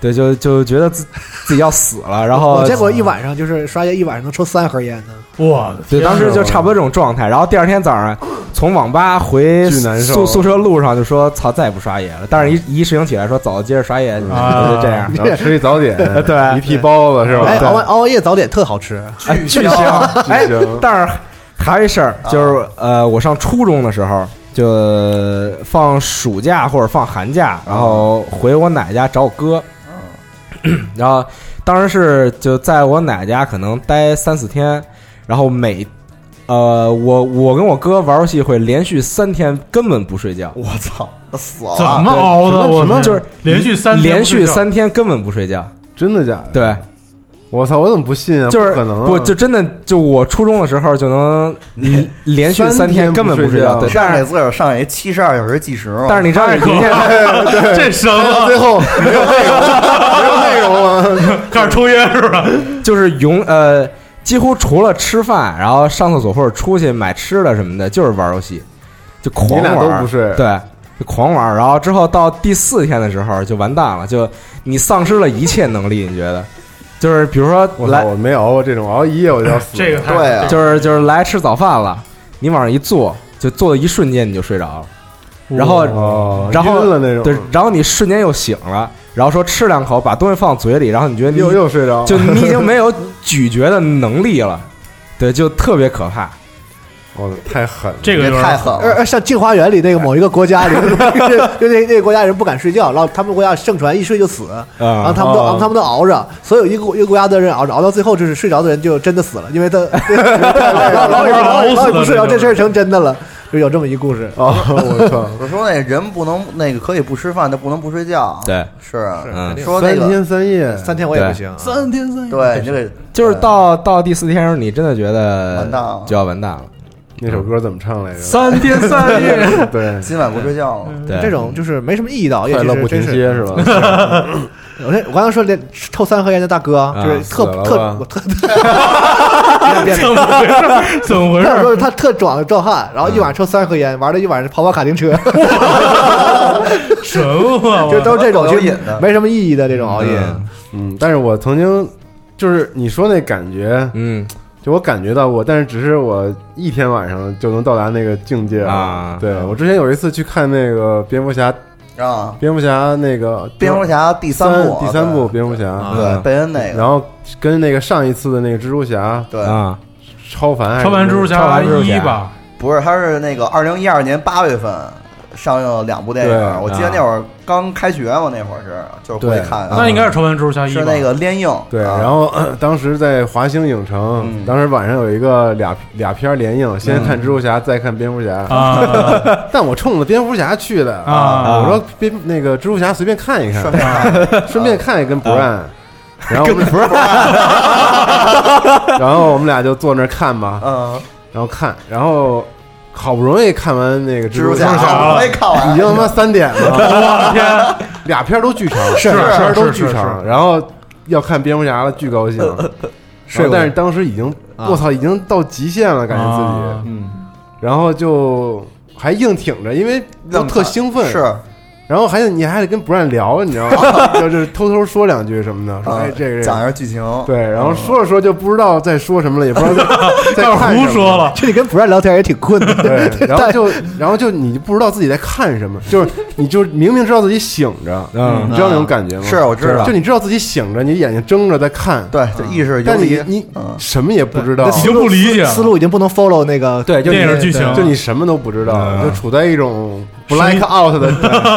S2: 对，就就觉得自自己要死了，然后
S8: 我见过一晚上就是刷夜一晚上能抽三盒烟的。
S7: 哇，
S2: 对，当时就差不多这种状态，然后第二天早上从网吧回
S5: 巨难受
S2: 宿宿舍路上就说操，再也不刷夜了，但是一一睡醒起来说走，接着刷夜，
S5: 嗯
S7: 啊
S2: 就这样，
S5: 然后吃一 早点，
S2: 对
S5: 一屉包子是吧？
S8: 哎，熬完熬夜早点特好吃，
S2: 哎，
S1: 巨
S2: 巨
S5: 啊
S1: 香
S2: 香，哎
S5: 巨香，
S2: 但是还有一事儿就是，呃，我上初中的时候，就呃放暑假或者放寒假，然后回我奶家找我哥， 然后当时是就在我奶家可能待三四天，然后每。呃，我我跟我哥玩游戏会连续三天根本不睡觉，
S1: 我操，死
S7: 怎么熬的？我们
S2: 就是
S7: 连续三天
S2: 连
S7: 不睡
S2: 续
S7: 觉
S2: 三天根本不睡觉，
S5: 真的假的？
S2: 对，
S5: 我操，我怎么不信啊？
S2: 就是
S5: 不可能啊，
S2: 不就真的就我初中的时候就能连连续
S5: 三天
S2: 天根本
S5: 不睡
S2: 睡
S5: 觉
S2: 对，
S1: 上
S2: 但
S1: 给
S2: 是
S1: 自个儿上一七十二小时计时嘛。
S2: 但是你
S5: 哎
S2: 知道人家
S7: 这生
S5: 到
S7: 了
S5: 最后没有内容，没有内容 了。
S7: 开始抽烟是吧？
S2: 就是永呃几乎除了吃饭，然后上厕所或者出去买吃的什么的，就是玩游戏，就狂
S5: 你
S2: 玩，
S5: 俩都不睡
S2: 对。就狂玩，然后之后到第四天的时候就完蛋了，就你丧失了一切能力。你觉得，就是比如说
S5: 我
S2: 来
S5: 操，我没熬过这种，熬一夜我就要死。
S7: 这个太
S1: 对啊
S2: 就是就是来吃早饭了，你往上一坐，就坐的一瞬间你就睡着了，然后
S5: 哦，
S2: 然后
S5: 晕了那
S8: 嗯
S5: 种，
S2: 对，然后你瞬间又醒了，然后说吃两口，把东西放嘴里，然后你觉得你
S5: 又又睡着了，
S2: 就你 已经没有咀嚼的能力了，对，就特别可怕。
S5: 我太狠了。
S7: 这个
S1: 也
S7: 有点
S1: 太 狠
S8: 呃，
S1: 了。
S8: 呃像《镜花缘》里那个某一个国家里， 就那那个国家人不敢睡觉，然后他们国家盛传一睡就死，然后
S2: 啊、
S8: 他们都，
S5: 哦
S8: 然后他们都熬着，所有一个一个国家的人熬着，熬到最后就是睡着的人就真的死了，因为他 老老老
S7: 熬死了
S8: 老不睡着，
S7: 这就
S8: 这事儿成真的了，就有这么一故事。
S5: 哦，我操！
S1: 我说那人不能那个可以不吃饭，但不能不睡觉。，
S2: 对，
S1: 是啊
S2: 嗯
S1: 说那
S5: 三
S1: 个
S5: 天三夜，
S8: 三天我也不行，啊三天三
S1: 对，你就得
S2: 就是到到第四天的时候，你真的觉得
S1: 完蛋了
S2: 就要完蛋了。
S5: 那首歌怎么唱来着？
S7: 三天三夜，
S5: 对，
S1: 今晚不睡觉
S7: 嗯
S1: 了。
S2: 对，嗯
S8: 这种就是没什么意义的熬夜，
S5: 快乐
S8: 其实
S5: 不停
S8: 真是
S5: 歇是吧？
S8: 我那我刚才说那抽三盒烟的大哥，啊就是特
S5: 啊死了吧
S8: 特我特， 别别
S7: 怎么回事？怎么回
S8: 他
S7: 事？
S8: 说他特壮的壮汉，然后一晚上抽三盒烟，玩了一晚上跑跑卡丁车，
S7: 什么
S5: 哦
S7: 啊？
S8: 就都是这种
S1: 有
S8: 就是
S1: 瘾的
S8: 没什么意义的这种熬夜。
S5: 嗯，但是我曾经就是你说那感觉，
S2: 嗯
S5: 就我感觉到过，但是只是我一天晚上就能到达那个境界了
S2: 啊
S5: 对我之前有一次去看那个蝙蝠侠，
S1: 啊，
S5: 蝙蝠侠那个
S1: 蝙蝠侠第
S5: 三
S1: 部，啊
S5: 第三部蝙蝠侠，
S1: 对，啊对，贝恩那个，
S5: 然后跟那个上一次的那个蜘蛛侠
S1: 对，
S2: 啊，
S5: 超凡还是，
S7: 超凡蜘蛛
S2: 超
S7: 侠
S1: 哎
S2: 凡蜘蛛侠
S7: 一吧，
S1: 不是，他是那个二零一二年八月份上映了两部电
S5: 对
S1: 影，我记得
S2: 啊
S1: 那会儿刚开学嘛，那会儿是就是回
S5: 对
S1: 去看的，
S7: 那应该是超凡蜘蛛侠一吧
S1: 是那个liên 映，
S5: 对，
S1: 啊
S5: 然后呃当时在华星影城，
S1: 嗯
S5: 当时晚上有一个俩俩片儿联映，先看蜘蛛侠，再看蝙蝠侠。
S7: 啊
S5: 但我冲着蝙蝠侠去的
S7: 啊
S5: 我说蝙那个蜘蛛侠随便看一看，
S1: 顺便看
S5: 顺便看一跟 Brian，然后啊跟 Brian，然后我们俩就坐那儿看吧，
S1: 嗯，
S5: 然后看，然后好不容易看完那个
S1: 蜘
S5: 蜘
S1: 蛛
S5: 蛛
S1: 侠
S5: 侠，
S1: 啊我也看
S5: 已
S1: 完
S5: 经他妈三点了，
S7: 我天，
S5: 俩片儿都巨长，
S8: 是
S5: 俩片儿都
S7: 是是
S5: 巨长，然后要看蝙蝠侠了，巨高兴，
S1: 呃
S5: 然后但是当时已经，
S8: 啊
S5: 我操，已经到极限了，感觉自
S7: 啊
S5: 己，然后就还硬挺着，因为都特兴奋，
S1: 是
S5: 然后还得你还得跟 Brian 聊，你知道吗？ 就是偷偷说两句什么的，说
S1: 啊
S5: 哎这个
S1: 讲一
S5: 人
S1: 下剧情，
S5: 对，然后说着说着就不知道在说什么了，也不知道在 在
S7: 嗯开
S5: 看
S7: 始
S5: 什么
S7: 胡说。了，
S8: 这里跟不让聊天也挺 困难的，
S5: 对，然啊后就，然后就，你就不知道自己在看什么，就是你就是明明知道自己醒 着，
S2: 嗯
S5: 你知道那种感觉吗？
S1: 是我知道
S5: 就你知道自己醒着，你眼睛睁着在看，
S1: 对，就意识游
S5: 但
S1: 离
S5: 你，你
S1: 嗯
S5: 什么也不知道
S8: 你，
S7: 你就不理解了
S8: 思路已经不能 follow 那个
S2: 对，就
S7: 电影剧情
S5: 就你什么都不知道，
S2: 嗯
S5: 就处在一种 black out 的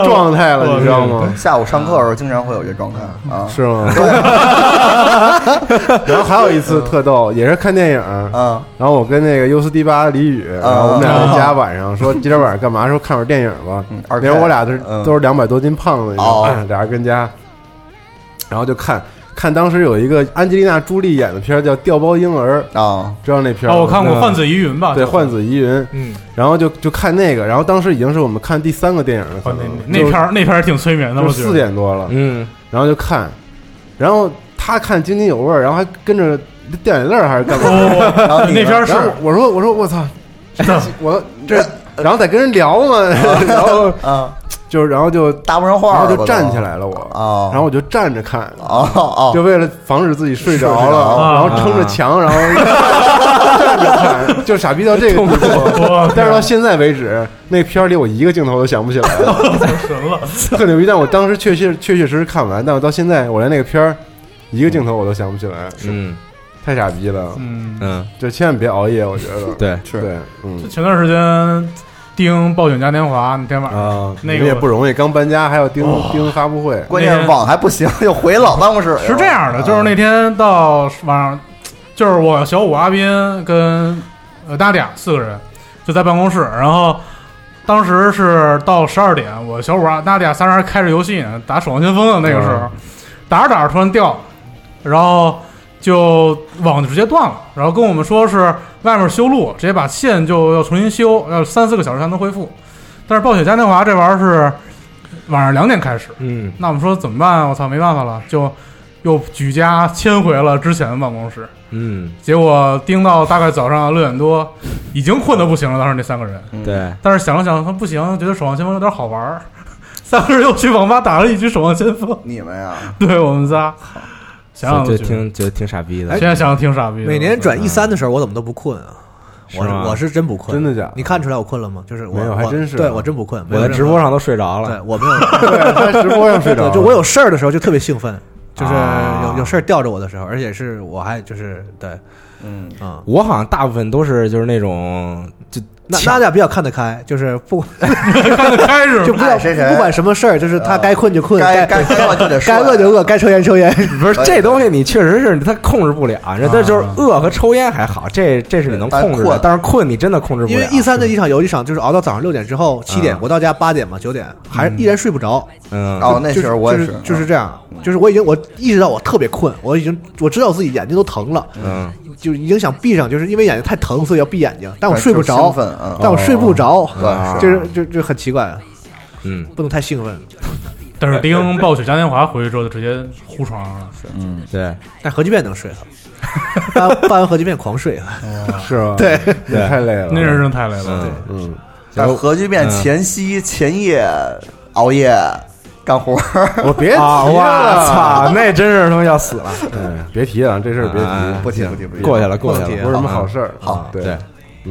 S5: 状态了，你知嗯道吗？
S1: 下午上课的时候经常会有这状态啊，
S5: 是吗？ 然后还有一次特逗，也是看电影，
S1: 啊，
S5: 然后我跟那个 U 四 D 八李宇，然后我们俩在家晚 上说今天晚上干嘛？说看会儿电影吧。
S1: 嗯
S5: 那
S1: 二 K，
S5: 时候我俩都是
S1: 嗯
S5: 都是两百多斤胖子，你知道吗
S1: 哦
S5: 俩人跟家，然后就看看当时有一个安吉丽娜·朱莉演的片儿叫《调包婴儿》，
S1: 啊，
S5: 知道那片儿吗？
S7: 哦，我看过《
S5: 嗯
S7: 幻子疑云》吧？
S5: 对《幻子疑云》，
S2: 嗯，
S5: 然后就就看那个，然后当时已经是我们看第三个电影了，可
S7: 哦
S5: 能
S7: 那那
S5: 就
S7: 片儿那片儿挺催眠的，
S5: 就
S7: 我觉
S5: 四
S7: 得。
S5: 点多了，
S2: 嗯，
S5: 然后就看，然后他看津津有味儿，然后还跟着掉眼泪儿还是干 嘛？
S7: 哦，
S1: 然后你
S7: 那
S1: 呢
S7: 片儿是
S5: 然后我说我说我操，
S7: 是
S5: 我这，然后再跟人聊嘛，然后
S1: 啊，
S5: 就是然后就
S1: 大不上话
S5: 然
S1: 了吧
S5: 后就
S1: 都
S5: 站起来了我，
S1: 哦
S5: 然后我就站着看，
S1: 哦哦，
S5: 就为了防止自己睡着
S1: 睡
S5: 了，
S1: 着
S7: 了
S5: 然后撑着墙，然后 站着看，就傻逼到这个地步。
S7: 我
S5: 但是到现在为止，那片儿里我一个镜头都想不起来了，
S7: 神了，
S5: 特牛逼。但我当时确确确确实实看完，但我到现在我连那个片儿一个镜头我都想不起来。
S2: 嗯，
S5: 太傻逼了，
S7: 嗯
S2: 嗯，
S5: 就千万别熬夜，我觉得，
S2: 对
S5: 是对，嗯
S7: 前段时间盯《暴雪嘉年华》那天晚上，
S5: 啊，
S7: 那个
S5: 你们也不容易，刚搬家还要盯
S7: 哇
S5: 盯发布会，
S1: 关键是网还不行，又回老办公室。啊
S7: 是这样的，就是那天到晚上，就是我小五、阿斌跟呃大俩四个人就在办公室，然后当时是到十二点，我小五、阿大俩仨人还开着游戏呢，打《守望先锋》呢，那个时候打着打着突然掉了，然后就网就直接断了，然后跟我们说是外面修路，直接把线就要重新修，要三四个小时才能恢复。但是暴雪嘉年华这玩意儿是晚上两点开始，
S2: 嗯
S7: 那我们说怎么办？啊我操，没办法了，就又举家迁回了之前的办公室。
S2: 嗯，
S7: 结果盯到大概早上六点多，已经困得不行了。当时那三个人，
S8: 嗯
S2: 对，
S7: 但是想了想，他不行，觉得《守望先锋》有点好玩儿，三个人又去网吧打了一局《守望先锋》。
S1: 你们呀，
S7: 对我们仨，想想就觉得哎
S2: 就挺就挺傻逼的，
S7: 现在想想挺傻逼的。
S8: 每年转 E 三的时候，我怎么都不困啊？我
S2: 是吗
S8: 我是真不困，
S5: 真的假的
S8: 你看出来我困了吗？就是我
S5: 没有还
S8: 我
S5: 真是
S8: 对我真不困。没有
S2: 我在
S8: 任
S2: 直
S8: 何
S2: 播上都睡着
S8: 对
S2: 了，
S8: 我没有，
S5: 对，他直播上睡着
S8: 对
S5: 了，
S8: 就我有事儿的时候就特别兴奋，就是
S2: 啊
S8: 有有事儿吊着我的时候，而且是我还就是对，
S1: 嗯，
S8: 嗯，
S2: 我好像大部分都是就是那种就
S8: 那
S2: 抢
S8: 那俩比较看得开，就是不
S7: 看得开始
S8: 就不
S1: 爱
S8: 管
S1: 谁谁
S8: 不管什么事儿，就是他
S1: 啊
S8: 该困就困，
S1: 该
S8: 该
S1: 该该饿就得睡
S8: 该饿就饿，该抽烟抽烟。
S2: 不是这东西，你确实是他控制不了。人家就是饿和抽烟还好，这这是你能
S1: 但
S2: 控制的
S1: 困，
S2: 但是困你真的控制不啊
S8: 因
S2: 了
S8: 为。E 三的一场游一场就是熬到早上六点之后，七点
S2: 嗯
S8: 我到家八点嘛九点，还是依然睡不着。
S2: 嗯，
S1: 哦，那时候我也
S8: 就是是，就是这样，就是我已经我意识到我特别困，我已经我知道我自己眼睛都疼了，
S2: 嗯，
S8: 就已经想闭上，就是因为眼睛太疼，所以要闭眼睛，但我
S1: 对
S8: 睡不
S1: 哎就是
S8: 着
S1: 兴，奋嗯，
S8: 但我睡不着，
S1: 对啊
S8: 就是是就就很奇怪，
S2: 嗯，
S8: 不能太兴奋。
S7: 但是盯《暴雪嘉年华》回去之后就直接呼床上了。
S2: 对
S8: 但核聚变能睡了，办完办完核聚变狂 睡，
S5: 是吧？
S8: 对，
S5: 那啊太累了，
S7: 那人真太累了，
S2: 嗯
S5: 嗯，
S1: 但啊核聚变前夕前夜熬夜干活儿，
S5: 我别提
S2: 啊，我
S5: 了，
S2: 操，那真是他妈要死了，
S5: 哎，别提了，这事儿别
S2: 哎
S5: 提，
S1: 不提不提不提，
S2: 过去了，过去
S8: 不提
S2: 了，
S5: 不是什么好事儿。啊
S1: 好
S5: 对
S2: 啊对，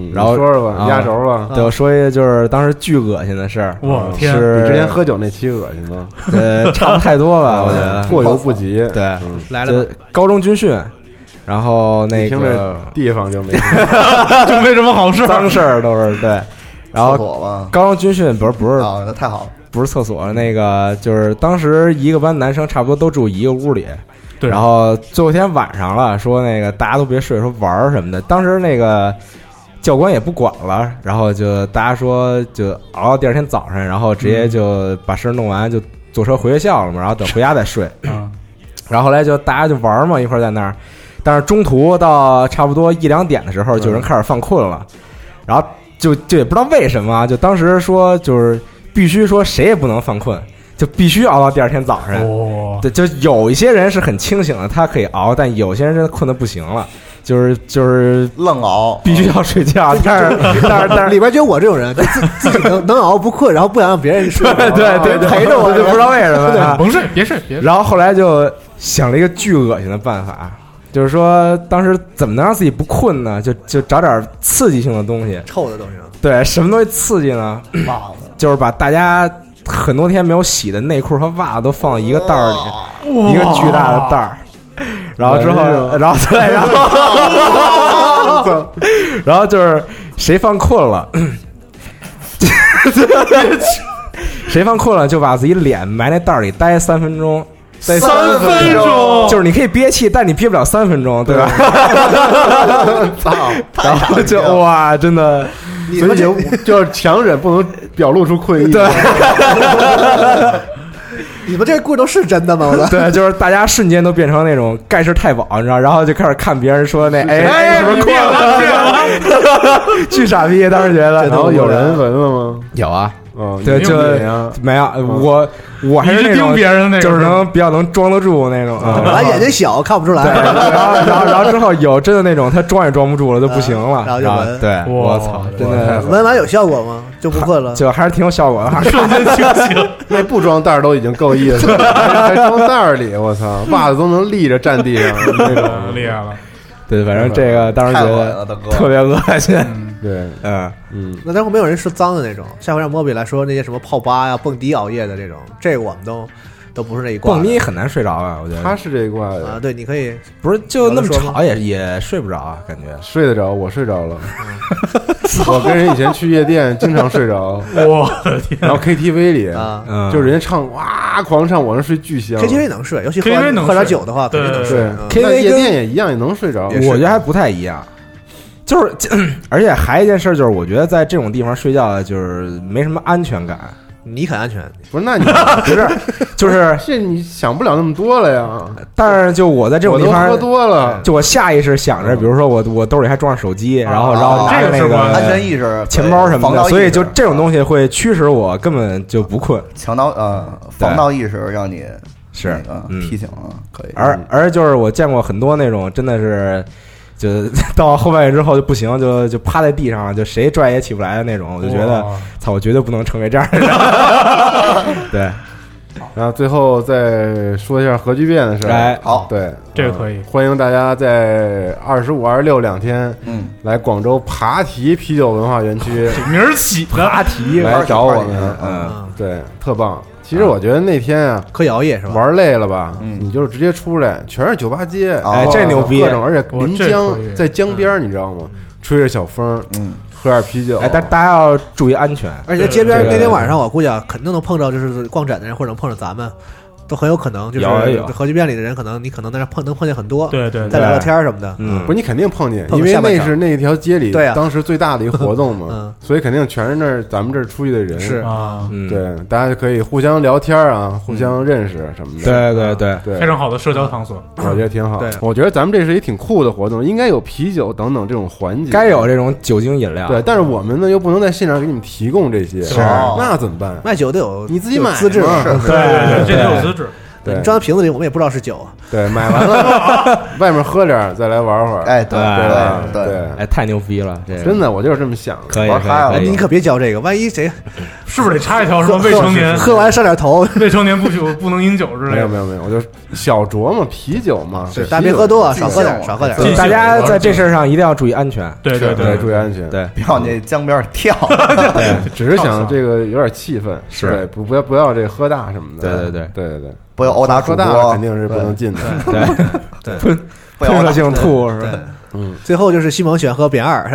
S5: 嗯
S2: 然后
S5: 你说说吧，
S2: 啊
S5: 压轴吧。
S2: 对，我说一个就是当时巨恶心的事儿，啊
S7: 我天
S2: 是
S5: 你之前喝酒那期恶心吗？
S2: 呃差不太多了，我觉 得
S5: 过犹不及。
S2: 对
S5: 嗯
S8: 来了
S2: 就高中军训，然后那
S5: 一听这
S2: 个
S5: 地方 就没。
S7: 就没什么好事。
S2: 脏事儿都是对，
S1: 厕
S2: 然后
S1: 所吧。
S2: 高中军训不是不是
S1: 啊，那太好了，
S2: 不是厕所，那个就是当时一个班男生差不多都住一个屋里，
S7: 对
S2: 然后最后一天晚上了，说那个大家都别睡，说玩儿什么的。当时那个教官也不管了，然后就大家说就熬到第二天早上，然后直接就把事儿弄完，就坐车回学校了嘛，然后等回家再睡。
S7: 嗯
S2: 然后后来就大家就玩嘛，一块儿在那儿。但是中途到差不多一两点的时候，就有人开始犯困了，然后就就也不知道为什么啊，就当时说就是必须说谁也不能犯困，就必须熬到第二天早上。
S7: 哦，
S2: 对，就有一些人是很清醒的，他可以熬，但有些人真的困得不行了，就是就是
S1: 愣熬，
S2: 必须要睡觉。但是但是但是，
S8: 里边就有我这种人，就自自己能能熬不困，然后不想让 别人睡着，
S2: 对对 对，陪着我就不知道为什么啊。
S7: 甭睡，别睡， 别睡。
S2: 然后后来就想了一个巨恶心的办法，就是说当时怎么能让自己不困呢？就就找点刺激性的东西。
S8: 臭的东西。啊
S2: 对，什么东西刺激呢？
S1: 袜子
S2: 就是把大家很多天没有洗的内裤和袜子都放到一个袋儿里，一个巨大的袋儿。然后之后，然后对，然后， 然后就是谁犯困了，谁犯困了就把自己脸埋那袋儿里待三分钟，待
S1: 三哦分钟
S2: 就是你可以憋气，但你憋不了三分钟，对吧？
S1: 操，
S2: 然后就哇，真的，
S5: 所以就 就是强忍，不能表露出困意。
S2: 对，
S8: 你们这故事都是真的吗？我 的
S2: 对，就是大家瞬间都变成那种盖世太保，你知道，然后就开始看别人说那哎哎是不是困了，巨傻逼，当时觉得，
S5: 然后有人闻了吗？
S2: 有啊，
S5: 嗯，
S2: 对，
S5: 你
S2: 就
S5: 有没有
S2: 没有我我还
S7: 你
S2: 是那
S7: 是盯
S2: 种
S7: 别人的那个，
S2: 就是能比较能装得住那种，
S8: 本
S2: 嗯
S8: 来眼睛小看不出
S2: 对，
S8: 来，
S2: 然后然后然后之后有真的那种他装也装不住了，就不行了，
S8: 然后就
S2: 然后
S8: 闻
S2: 啊对，
S7: 哇
S2: 我操，真的
S8: 闻完有效果吗？就不困了。
S2: 就还是挺有效果的，
S7: 瞬间清醒。
S5: 那不装袋儿都已经够意思了，还还装袋儿里，我操，袜子都能立着站地上那 种。
S7: 嗯厉害了，
S2: 对，反正这个当时
S1: 太
S2: 觉
S1: 恶心了，
S2: 得
S1: 大哥，
S2: 特别恶心，
S5: 对，
S2: 嗯，
S5: 嗯，
S8: 那待会儿没有人说脏的那种，下回让莫比来说那些什么泡吧呀、蹦迪熬夜的这种，这个我们都都不是那一挂的。
S2: 蹦迪很难睡着啊，我觉得
S5: 他是这一挂
S8: 啊，
S5: 的，
S8: 对，你可以
S2: 不是就那么
S8: 有的说
S2: 吵也也睡不着啊，感觉
S5: 睡得着，我睡着了。我跟人以前去夜店经常睡着，
S7: 我的天，
S5: 然后 KTV 里，
S8: 啊
S2: 嗯，
S5: 就是人家唱哇狂唱，我那睡巨香。
S8: ，KTV 能睡，尤其喝
S7: KTV
S8: 完
S7: 能
S8: 喝点
S7: 睡
S8: 酒的话，肯定能
S7: 对
S8: 睡。
S5: 对
S8: 嗯
S2: KTV
S5: 那夜
S2: 跟
S5: 店也一样，也能睡着。
S2: 我觉得还不太一样。就是， 而且还有一件事，就是我觉得在这种地方睡觉就是没什么安全感，
S8: 你很安全，
S5: 不是，那你
S2: 不是，就是，
S5: 这你想不了那么多了呀。
S2: 但是就我在这种
S5: 我
S2: 地
S5: 都
S2: 方
S5: 喝，多了，
S2: 就我下意识想着，比如说我我兜里还装着手机，然后然后
S1: 啊
S2: 拿着
S7: 这个
S2: 那
S7: 是
S2: 啊个
S7: 关
S1: 安全意识、
S2: 钱包什么
S1: 防盗
S2: 的，
S1: 意识啊
S2: 所以就这种东西会驱使我根本就不困。
S1: 强盗呃
S2: 对
S1: 防盗意识让你
S2: 是
S1: 那个，
S2: 嗯
S1: 提醒啊，可以。
S5: 嗯
S2: 而而就是我见过很多那种真的是，就 到后半夜之后就不行，就就趴在地上，就谁拽也起不来的那种，我就觉得
S7: 哇
S2: 操，我绝对不能成为这样的人。 对，
S5: 然后最后再说一下核聚变的事儿。
S2: 哎
S1: 好
S5: 对，
S7: 这个
S5: 嗯
S7: 可以
S5: 欢迎大家在二十五、二十六两天
S1: 嗯，
S5: 来广州爬蹄啤酒文化园区
S7: 名儿起的，
S2: 阿 提
S5: 来找我们。
S2: 嗯，
S8: 嗯，
S5: 对，特棒。其实我觉得那天啊，
S8: 可以熬夜是吧？
S5: 玩累了吧，
S1: 嗯
S5: 你就是直接出来，全是酒吧街，
S8: 哦
S1: 哎
S2: 这牛逼
S5: 各种，而且
S7: 我
S5: 临
S7: 这
S5: 江
S7: 可以
S5: 在江边儿，
S8: 嗯
S5: 你知道吗？吹着小风，
S1: 嗯，
S5: 喝点啤酒，嗯
S2: 哎，但大家要注意安全。
S5: 哎
S8: 而且街边
S2: 对对
S8: 那天晚上，我估计啊，肯定能碰着就是逛展的人，或者能碰着咱们，都很有可能就是
S2: 有有
S8: 核聚变里的人，可能你可能在那碰能碰见很多，
S7: 对对
S8: 再
S7: 对，
S8: 聊聊天儿什么的。
S2: 嗯，
S5: 不是你肯定碰见，
S8: 碰
S5: 因
S8: 见
S5: 为
S8: 下半
S5: 那
S8: 场
S5: 是那条街里
S8: 对啊
S5: 当时最大的一个活动嘛
S8: 嗯，
S5: 所以肯定全是那儿咱们这儿出去的人，
S8: 是嗯
S7: 啊，
S2: 嗯，
S5: 对，大家就可以互相聊天儿啊，互相认识什么的，
S2: 对对对，
S5: 对
S7: 非常好的社交场所，
S5: 我觉得挺好
S8: 对。
S5: 我觉得咱们这是一挺酷的活动，应该有啤酒等等这种环节，
S2: 该有这种酒精饮料。
S5: 对，但是我们呢又不能在现场给你们提供这些，
S2: 是
S5: 那怎么办？
S8: 卖酒得有
S5: 你自己买
S8: 有资质，
S5: 嘛
S8: 是
S7: 对对
S2: 对
S7: 这得有资质，
S5: 对
S8: 你装在瓶子里，我们也不知道是酒。啊
S5: 对，买完了外面喝点儿，再来玩会儿，
S1: 哎，对
S2: 哎
S1: 对对，
S5: 对
S2: 哎，太牛逼了，这个
S5: 真的我就是这么想的。
S2: 可以
S1: 玩嗨了
S2: 可以可
S8: 你
S2: 以。
S8: 可别教这个，万一谁
S7: 是不是得插一条什么未成年？
S8: 喝完上点头，
S7: 未成年不许不能饮酒之类
S5: 没有没
S7: 的，
S5: 有没有，我就小酌嘛，啤酒嘛，
S8: 是
S5: 啤
S8: 大家别
S5: 酒
S8: 喝多，啊，
S1: 尽兴
S8: 少喝点，
S1: 了
S8: 少喝点。
S7: 尽兴
S2: 大家在这事儿上一定要注意安全。
S7: 对对
S5: 对，
S7: 对，
S5: 注意安全。，
S2: 对，
S1: 别往那江边儿跳。
S5: 只是想这个有点气氛，
S2: 是
S5: 对不不要不要这喝大什么的。
S2: 对对
S5: 对对对对，
S1: 不要殴打
S5: 喝
S1: 主
S5: 大
S1: 播，
S5: 了肯定是不能进的。
S2: 对，喷
S1: 不要
S2: 喷射
S1: 打
S2: 性吐是吧？
S8: 最后就是西蒙喜欢喝扁二，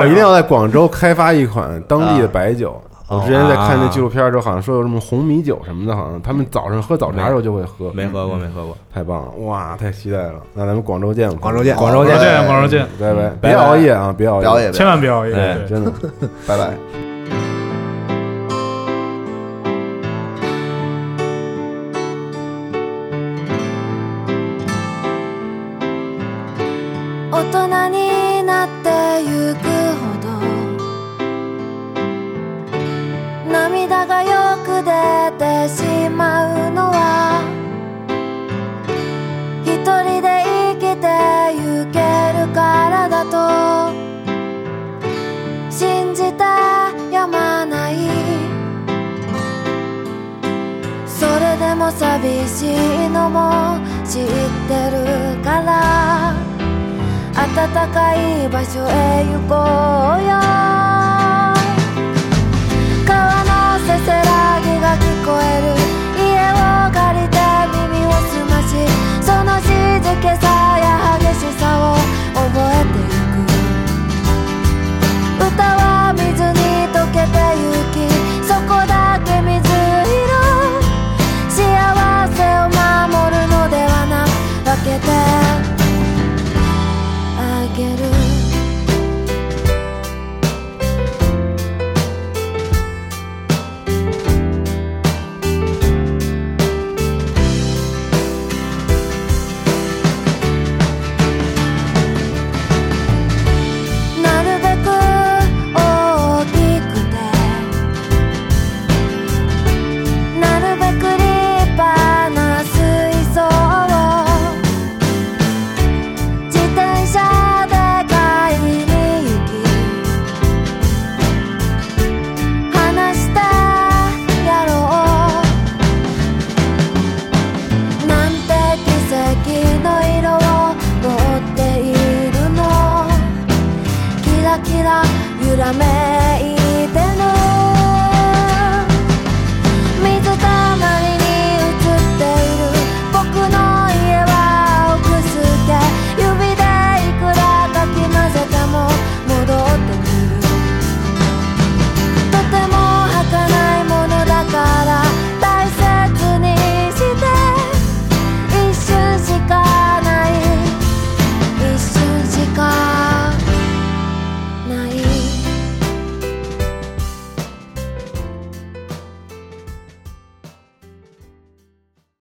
S5: 我一定要在广州开发一款当地的白酒。我之前在看那纪录片的时候，好像说有什么红米酒什么的，好像他们早上喝早茶的时候就会喝。
S2: 没喝过，没喝过。
S5: 太棒了，哇，太期待了！那咱们广州见吧，
S8: 广州见
S1: 广
S2: 州见
S7: 广州见，广州见，
S5: 拜拜！
S2: 拜
S5: 别熬夜啊，别熬
S1: 表演，
S7: 千万别熬夜，
S2: 哎
S7: 对
S5: 真的。
S1: 拜拜。
S9: 大人になってゆくほど涙がよく出てしまうのは一人で生きてゆけるからだと信じてやまないそれでも寂しいのも知ってるから暖かい場所へ行こうよ